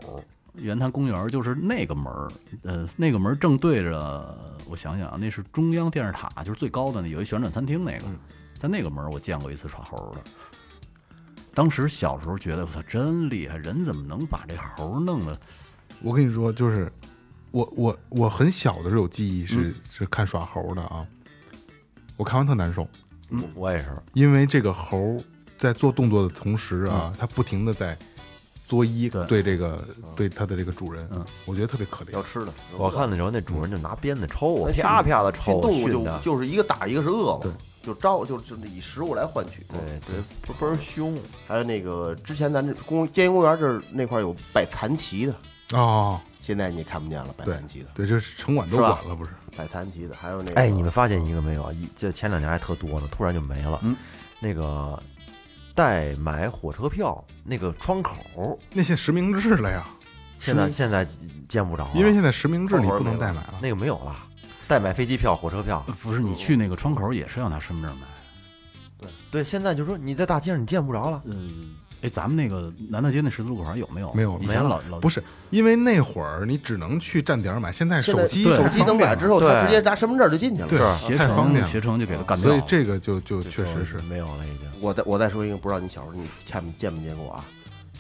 E: 玉渊潭公园就是那个门儿，呃，那个门儿正对着，我想想啊，那是中央电视塔，就是最高的那有一旋转餐厅那
C: 嗯
E: 个，在那个门儿我见过一次耍猴的。当时小时候觉得我操真厉害，人怎么能把这猴弄得
C: 我跟你说，就是我我我很小的时候有记忆
D: 嗯
C: 是是看耍猴的啊，我看完特难受，
F: 我也是，
C: 因为这个猴在做动作的同时
D: 嗯
C: 啊，它不停的在作揖，
E: 对
C: 对这个对它的这个主人，
D: 嗯
C: 我觉得特别可怜
D: 要。吃的，
F: 我看的时候那主人就拿鞭子抽我，
D: 哎
F: 啪啪的抽
D: 这
F: 我，
D: 动物
F: 训
D: 就
F: 的，
D: 就是一个打一个是饿
C: 对
D: 嘛，就招就就是以食物来换取。
F: 对对，倍倍儿凶。
D: 还有那个之前咱这公监狱公园这儿那块儿有摆残旗的，
C: 哦，
D: 现在你也看不见了，摆
C: 对
D: 残旗的，
C: 对，这是城管都
D: 是
C: 管
D: 吧
C: 了，不是？
D: 摆残旗的，还有那个
F: 哎，你们发现一个没有？啊一这前两年还特多呢，突然就没了。
E: 嗯，
F: 那个代买火车票那个窗口，
C: 那些实名制了呀，
F: 现在现在见不着了，
C: 因为现在实名制
D: 后
C: 你
D: 边
C: 不能
D: 哦没
C: 代
D: 了
C: 买了。
F: 那个没有了。代买飞机票、火车票，
E: 不是你去那个窗口也是要拿身份证买？
F: 对，现在就说你在大街上你见不着了，
E: 嗯，哎，咱们那个南大街那十字路口还有没有？
C: 没有
E: 以
C: 没
E: 前
C: 了
E: 老老
C: 不是，因为那会儿你只能去站点儿买，现在
D: 现
C: 手
D: 在
C: 机
D: 手
C: 太
D: 机
C: 方
D: 能
C: 便
D: 买之
C: 了，
D: 后，他
F: 对
D: 直接拿身份证就进去了。
C: 对
F: 是
E: 携
C: 太方便
E: 程
C: 了
E: 携程就给他干掉
C: 所
E: 了。
C: 以这个就就确实是
F: 这都没有了已经。
D: 我再我再说一个，不知道你小时候你见没见没见过啊？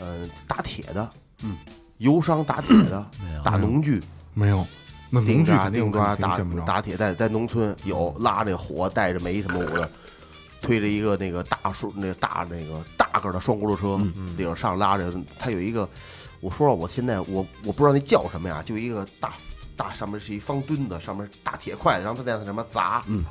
D: 嗯，打铁的，
E: 嗯，
D: 油商打铁的，打农具，
C: 没有。那农
D: 钉
C: 具肯
D: 抓
C: 定
D: 钉
C: 我
D: 抓
C: 感觉
D: 啊打
C: 见不着，
D: 打铁，在在农村有拉着火带着煤什么舞的，推着一个那个大双那大那个大个儿的双轱辘车，
E: 嗯
D: 嗯里头上拉着他有一个，我说啊了我现在我我不知道那叫什么呀，就一个大大上面是一方墩子，上面是大铁块，然后他在那什么砸，
E: 嗯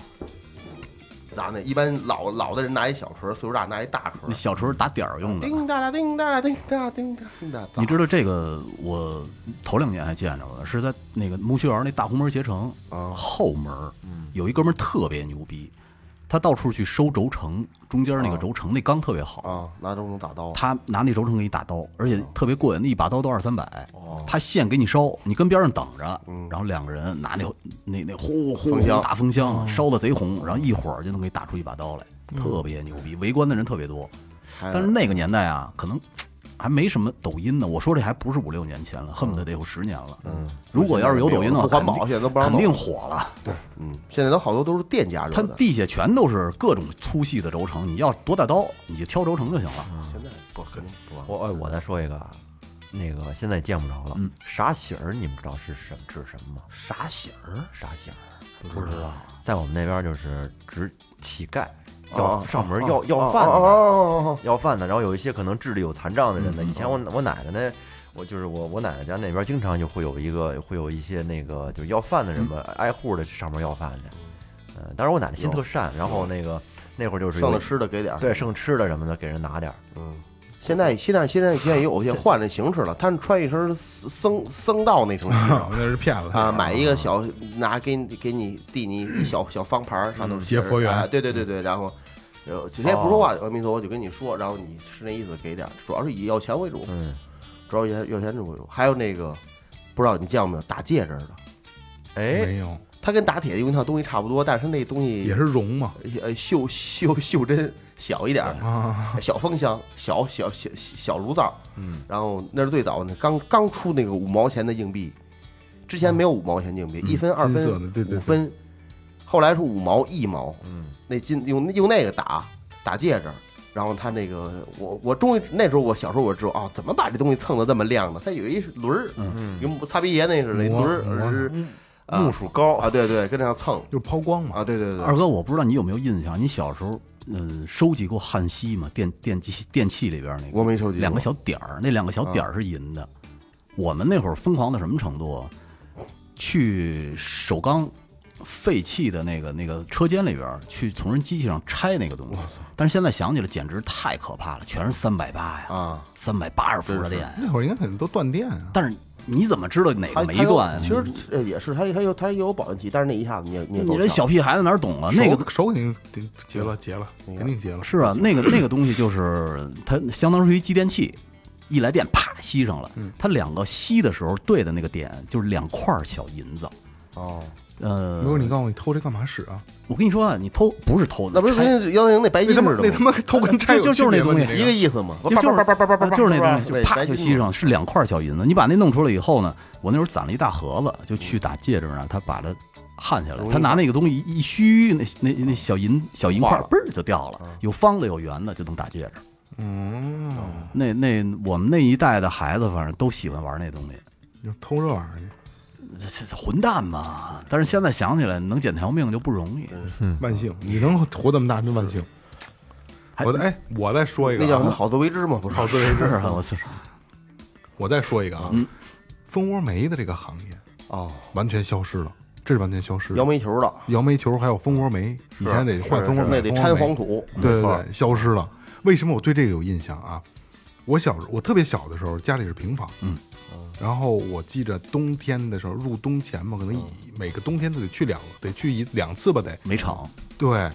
D: 砸那一般老老的人拿一小锤儿，岁数大拿一大锤
E: 那
D: 儿，
E: 小锤儿打点儿用的。
D: 叮哒啦叮哒啦叮哒啦叮哒啦叮哒啦，
E: 你知道这个，我头两年还见着了，是在那个木樨园那大红门携程后门儿，有一哥们儿特别牛逼，他到处去收轴承，中间那个轴承那钢特别好，
D: 啊，拿这种打刀，
E: 他拿那轴承给你打刀，而且特别过瘾，那一把刀都二三百，他现给你烧，你跟边上等着，然后两个人拿那那那呼呼
D: 风
E: 呼
D: 箱
E: 大风箱烧的贼红，然后一会儿就能给你打出一把刀来，特别牛逼，围观的人特别多。
D: 哎
E: 但是那个年代啊，可能还没什么抖音呢。我说这还不是五六年前了，恨不得得有十年了。嗯，如果要是有抖音的话，
D: 不环保
E: 肯定
D: 现在都不让
E: 肯
D: 弄
E: 定火了。
D: 嗯，现在都好多都是店家
E: 它
D: 惹的，
E: 地下全都是各种粗细的轴承，你要多大刀，你就挑轴承就行了。
D: 现在不肯定不往
F: 我哎，我再说一个啊，那个现在见不着了，啥喜儿你们知道是什指什么吗？
D: 啥喜儿，
F: 啥喜儿？
E: 不知道，
F: 在我们那边就是指乞丐，
D: 哦
F: 要上门要
D: 哦
F: 要
D: 哦
F: 饭
D: 哦
F: 的，
D: 哦哦
F: 要饭的。然后有一些可能智力有残障的人呢，以前我我奶奶那。我就是我，我奶奶家那边经常就会有一个，会有一些那个就是要饭的人嘛，挨户的去上门要饭去。嗯、当然我奶奶心特善，然后那个那会儿就是
D: 哦，
F: 有
D: 剩了吃的给点儿，
F: 对，剩吃的什么的给人拿点儿。
D: 现在现在现在现在也有些换了形式了，他们穿一身僧僧道那种衣 裳
C: 那是骗子
D: 啊，买一个小拿给你给你递你一小小方牌儿上头是
C: 结佛缘
D: 啊，对对对对，然后。呃，直接不说话，阿弥陀佛就跟你说，然后你是那意思给点儿，主要是以要钱为主，
F: 嗯，
D: 主要以要钱为主。还有那个，不知道你见过没有，打戒指的，
F: 哎，
C: 没有，
D: 它跟打铁用一套东西差不多，但是那东西
C: 也是绒嘛
D: 呃袖袖袖针小一点儿，
C: 啊，
D: 小风箱，小小小小炉灶，嗯，然后那是最早的，刚刚出那个五毛钱的硬币，之前没有五毛钱硬币，一分、二
C: 金色的
D: 分、
C: 对对对
D: 五分，后来是五毛、一毛，嗯，那金用用那个打打戒指，然后他那个我我终于那时候我小时候我知道啊，怎么把这东西蹭的这么亮呢？它有一轮儿，嗯，跟擦皮鞋那似的，
C: 磨
D: 轮儿
C: 磨
D: 是啊
F: 木薯糕
D: 啊，对对，跟那上蹭
C: 就是抛光嘛，
D: 啊，对对对，
E: 二哥，我不知道你有没有印象，你小时候嗯收集过焊锡吗？电电机电器里边那个，
D: 我没收集过
E: 两个小点儿，那两个小
D: 嗯
E: 点儿是银的。我们那会儿疯狂到什么程度啊？去首钢废弃的那个那个车间里边儿，去从人机器上拆那个东西。但是现在想起来，简直太可怕了，全是三百八呀，
D: 啊，
E: 三百八十伏的电。
C: 那会儿应该可能都断电啊，
E: 但是你怎么知道哪
D: 它
E: 个没
D: 它有
E: 断？
D: 其实呃也是，它它有它也有保温期，但是那一下子你也你也够
E: 嗯你这
D: 呛
E: 小屁孩子哪儿懂啊？那个嗯
C: 手手肯定得结了结了，肯定结了，
E: 是啊，那个那个东西就是它相当于一继电器，一来电啪吸上了。
D: 嗯
E: 它两个吸的时候对的那个点就是两块小银子。
D: 哦，
E: 呃
C: 没，有你告诉我你偷这干嘛使啊？
E: 我跟你说啊，你偷不是偷，
D: 那不是
E: 拆
D: 跟幺零零那
E: 哎
D: 白金
C: 那他妈
D: 似的
C: 那他
D: 吗？
C: 妈偷跟拆有
E: 就就
C: 区别吗
E: 就是那东西
C: 你这
D: 一个意思吗？
E: 就就是
D: 叭叭叭叭叭叭
E: 就是那
D: 是吧
E: 东西，就啪
D: 白
E: 就
D: 金
E: 吸
D: 嘛
E: 上，是两块小银子。你把那弄出来以后呢，我那时候攒了一大盒子，就去打戒指呢，他把它焊下来，他拿那个东西一虚，那那那小银小银块嘣儿就掉
D: 嗯
E: 了，有方的有圆的就能打戒指。
C: 嗯，
E: 那那我们那一代的孩子，反正都喜欢玩那东西。
C: 就偷这玩意儿去。
E: 这这混蛋嘛！但是现在想起来，能捡条命就不容易。
C: 万幸，你能活这么大真万幸。
E: 还
C: 我再哎，我再说一个
D: 那
C: 啊，
D: 叫什么好自为之嘛，不是？
C: 好自为
E: 是
C: 之。
E: 啊，我操！
C: 我再说一个
E: 嗯
C: 啊，蜂窝煤的这个行业
D: 哦，
C: 完全消失了，这是完全消失
D: 摇
C: 了。
D: 煤球的，
C: 摇煤球还有蜂窝煤，以前得换蜂窝煤，
D: 那得
C: 蜂窝
D: 掺
C: 煤
D: 黄土，
C: 对对
D: 没错
C: 对，消失了。为什么我对这个有印象啊？我小时候，我特别小的时候，家里是平房，嗯，然后我记着冬天的时候，入冬前嘛，可能一
E: 嗯
C: 每个冬天都得去两得去一两次吧，得
E: 煤场
C: 对，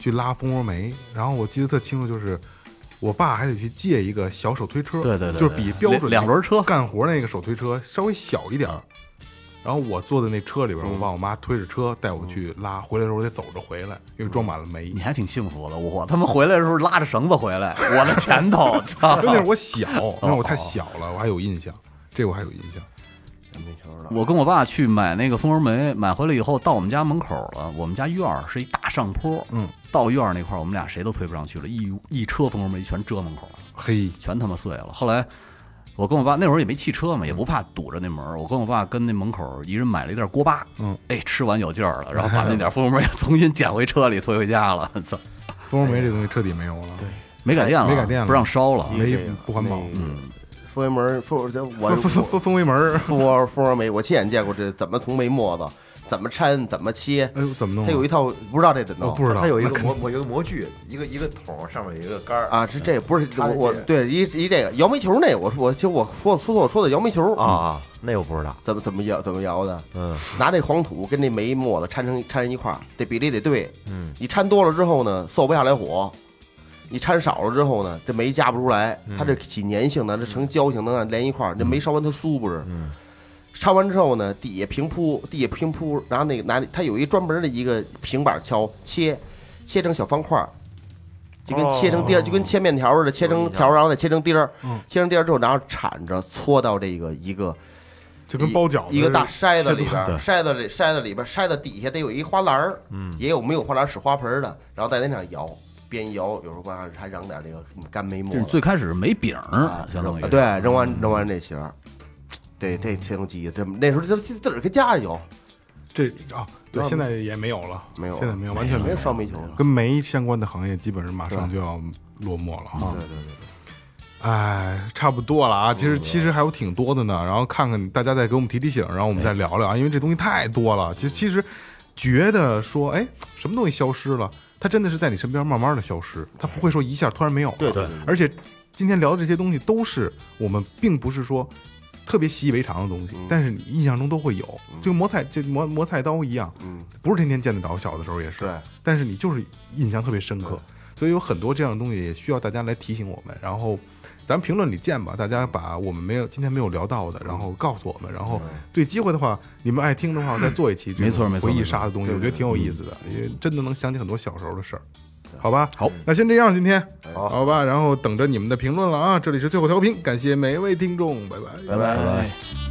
C: 去拉蜂窝煤。然后我记得特清楚，就是我爸还得去借一个小手推车，
E: 对对对对
C: 就是比标准
E: 两两轮车
C: 干活那个手推车稍微小一点儿。然后我坐在那车里边，
E: 嗯
C: 我爸我妈推着车带我去拉，回来的时候我得走着回来，因为装满了煤。
E: 你还挺幸福的。我他妈回来的时候拉着绳子回来，我的前 头，操
C: 因！为那会儿我小，那会儿我太小了，我还有印象，这我还有印象。
E: 我跟我爸去买那个蜂窝煤，买回来以后到我们家门口了。我们家院儿是一大上坡，嗯，到院儿那块儿我们俩谁都推不上去了，一一车蜂窝煤全遮门口了。
C: 嘿，
E: 全他妈碎了。后来我跟我爸那会儿也没汽车嘛，也不怕堵着那门儿。我跟我爸跟那门口儿一人买了一袋锅巴，嗯，哎，吃完有劲儿了，然后把那点蜂窝煤重新捡回车里推回家了。 操，
C: 蜂窝煤这东西彻底没有了，对，
E: 没改电了，
C: 没改电了嗯
E: 不让烧了。
C: 煤
D: 这个
C: 不环保。
D: 蜂窝煤，蜂窝，我
C: 蜂蜂蜂蜂窝煤门儿，
D: 蜂窝蜂窝煤，我亲眼见过这怎么从煤沫子怎么抻，怎么切，
C: 哎呦，怎么弄啊？
D: 它有一套不知道这怎么
C: 我
D: 弄
C: 不知道，
F: 它有一个模模有一个模具，一个一个桶上面有一个杆儿
D: 啊，这这不是
F: 插
D: 我
F: 在
D: 我
F: 这
D: 对一一这个摇煤球那，我说我其实我说说错我说的摇煤球
F: 啊，啊，那我不知道，
D: 怎么怎么摇怎么摇的，
F: 嗯
D: 拿那黄土跟那煤沫子掺成掺一块儿，这比例得对。嗯，你掺多了之后呢，受不下来火；你掺少了之后呢，这煤加不出来，它这起粘性呢，这成胶性能让连一块儿，这煤烧完它酥不是？嗯，烧完之后呢，底下平铺，底下平铺，然后那个拿它有一专门的一个平板敲切，切成小方块儿。就跟切成丁儿，就跟切面条似的，切成条儿，然后再切成丁儿，切成丁儿之后，然后铲着搓到这个一个
C: 就跟包饺子
D: 一个
C: 似的
D: 大筛子里
C: 切
D: 边儿，筛子里筛子里边儿，筛子底下得有一花篮儿，嗯，也有没有花篮儿使花盆儿的，然后在那上摇，边摇，有时候还还扔点这个干梅沫
E: 就是
D: 子，
E: 最开始没饼儿，相当于
D: 啊对，扔完扔完这些儿，对，这挺有记忆，这那时候就自自个儿跟家里摇，
C: 这啊，对，现在也没有了，
D: 没有了
C: 现在没有，完全
D: 没
C: 没
D: 有
C: 有。
D: 烧煤球了，
C: 跟煤相关的行业基本上马上就要落寞了哈。对对对。哎，差不多了啊，其实其实还有挺多的呢，然后看看大家再给我们提提醒，然后我们再聊聊啊，因为这东西太多了。其实其实觉得说，哎，什么东西消失了？它真的是在你身边慢慢的消失，它不会说一下突然没有了。
D: 对对对
C: 而且今天聊的这些东西都是我们并不是说特别习以为常的东西，但是你印象中都会有，就跟磨菜就磨磨菜刀一样，
D: 嗯，
C: 不是天天见得着，小的时候也是，
D: 对，
C: 但是你就是印象特别深刻，所以有很多这样的东西也需要大家来提醒我们，然后。咱们评论里见吧，大家把我们没有今天没有聊到的，然后告诉我们，然后对机会的话，你们爱听的话，再做一期这种
E: 没错没错
C: 回
E: 没
C: 忆
E: 错
C: 杀的东西，我觉得挺有意思的，也真的能想起很多小时候的事儿，好吧？好，那先这样，今天
E: 哎
F: 好
C: 好吧，然后等着你们的评论了啊！这里是最后调频，感谢每一位听众，拜拜，
E: 拜拜。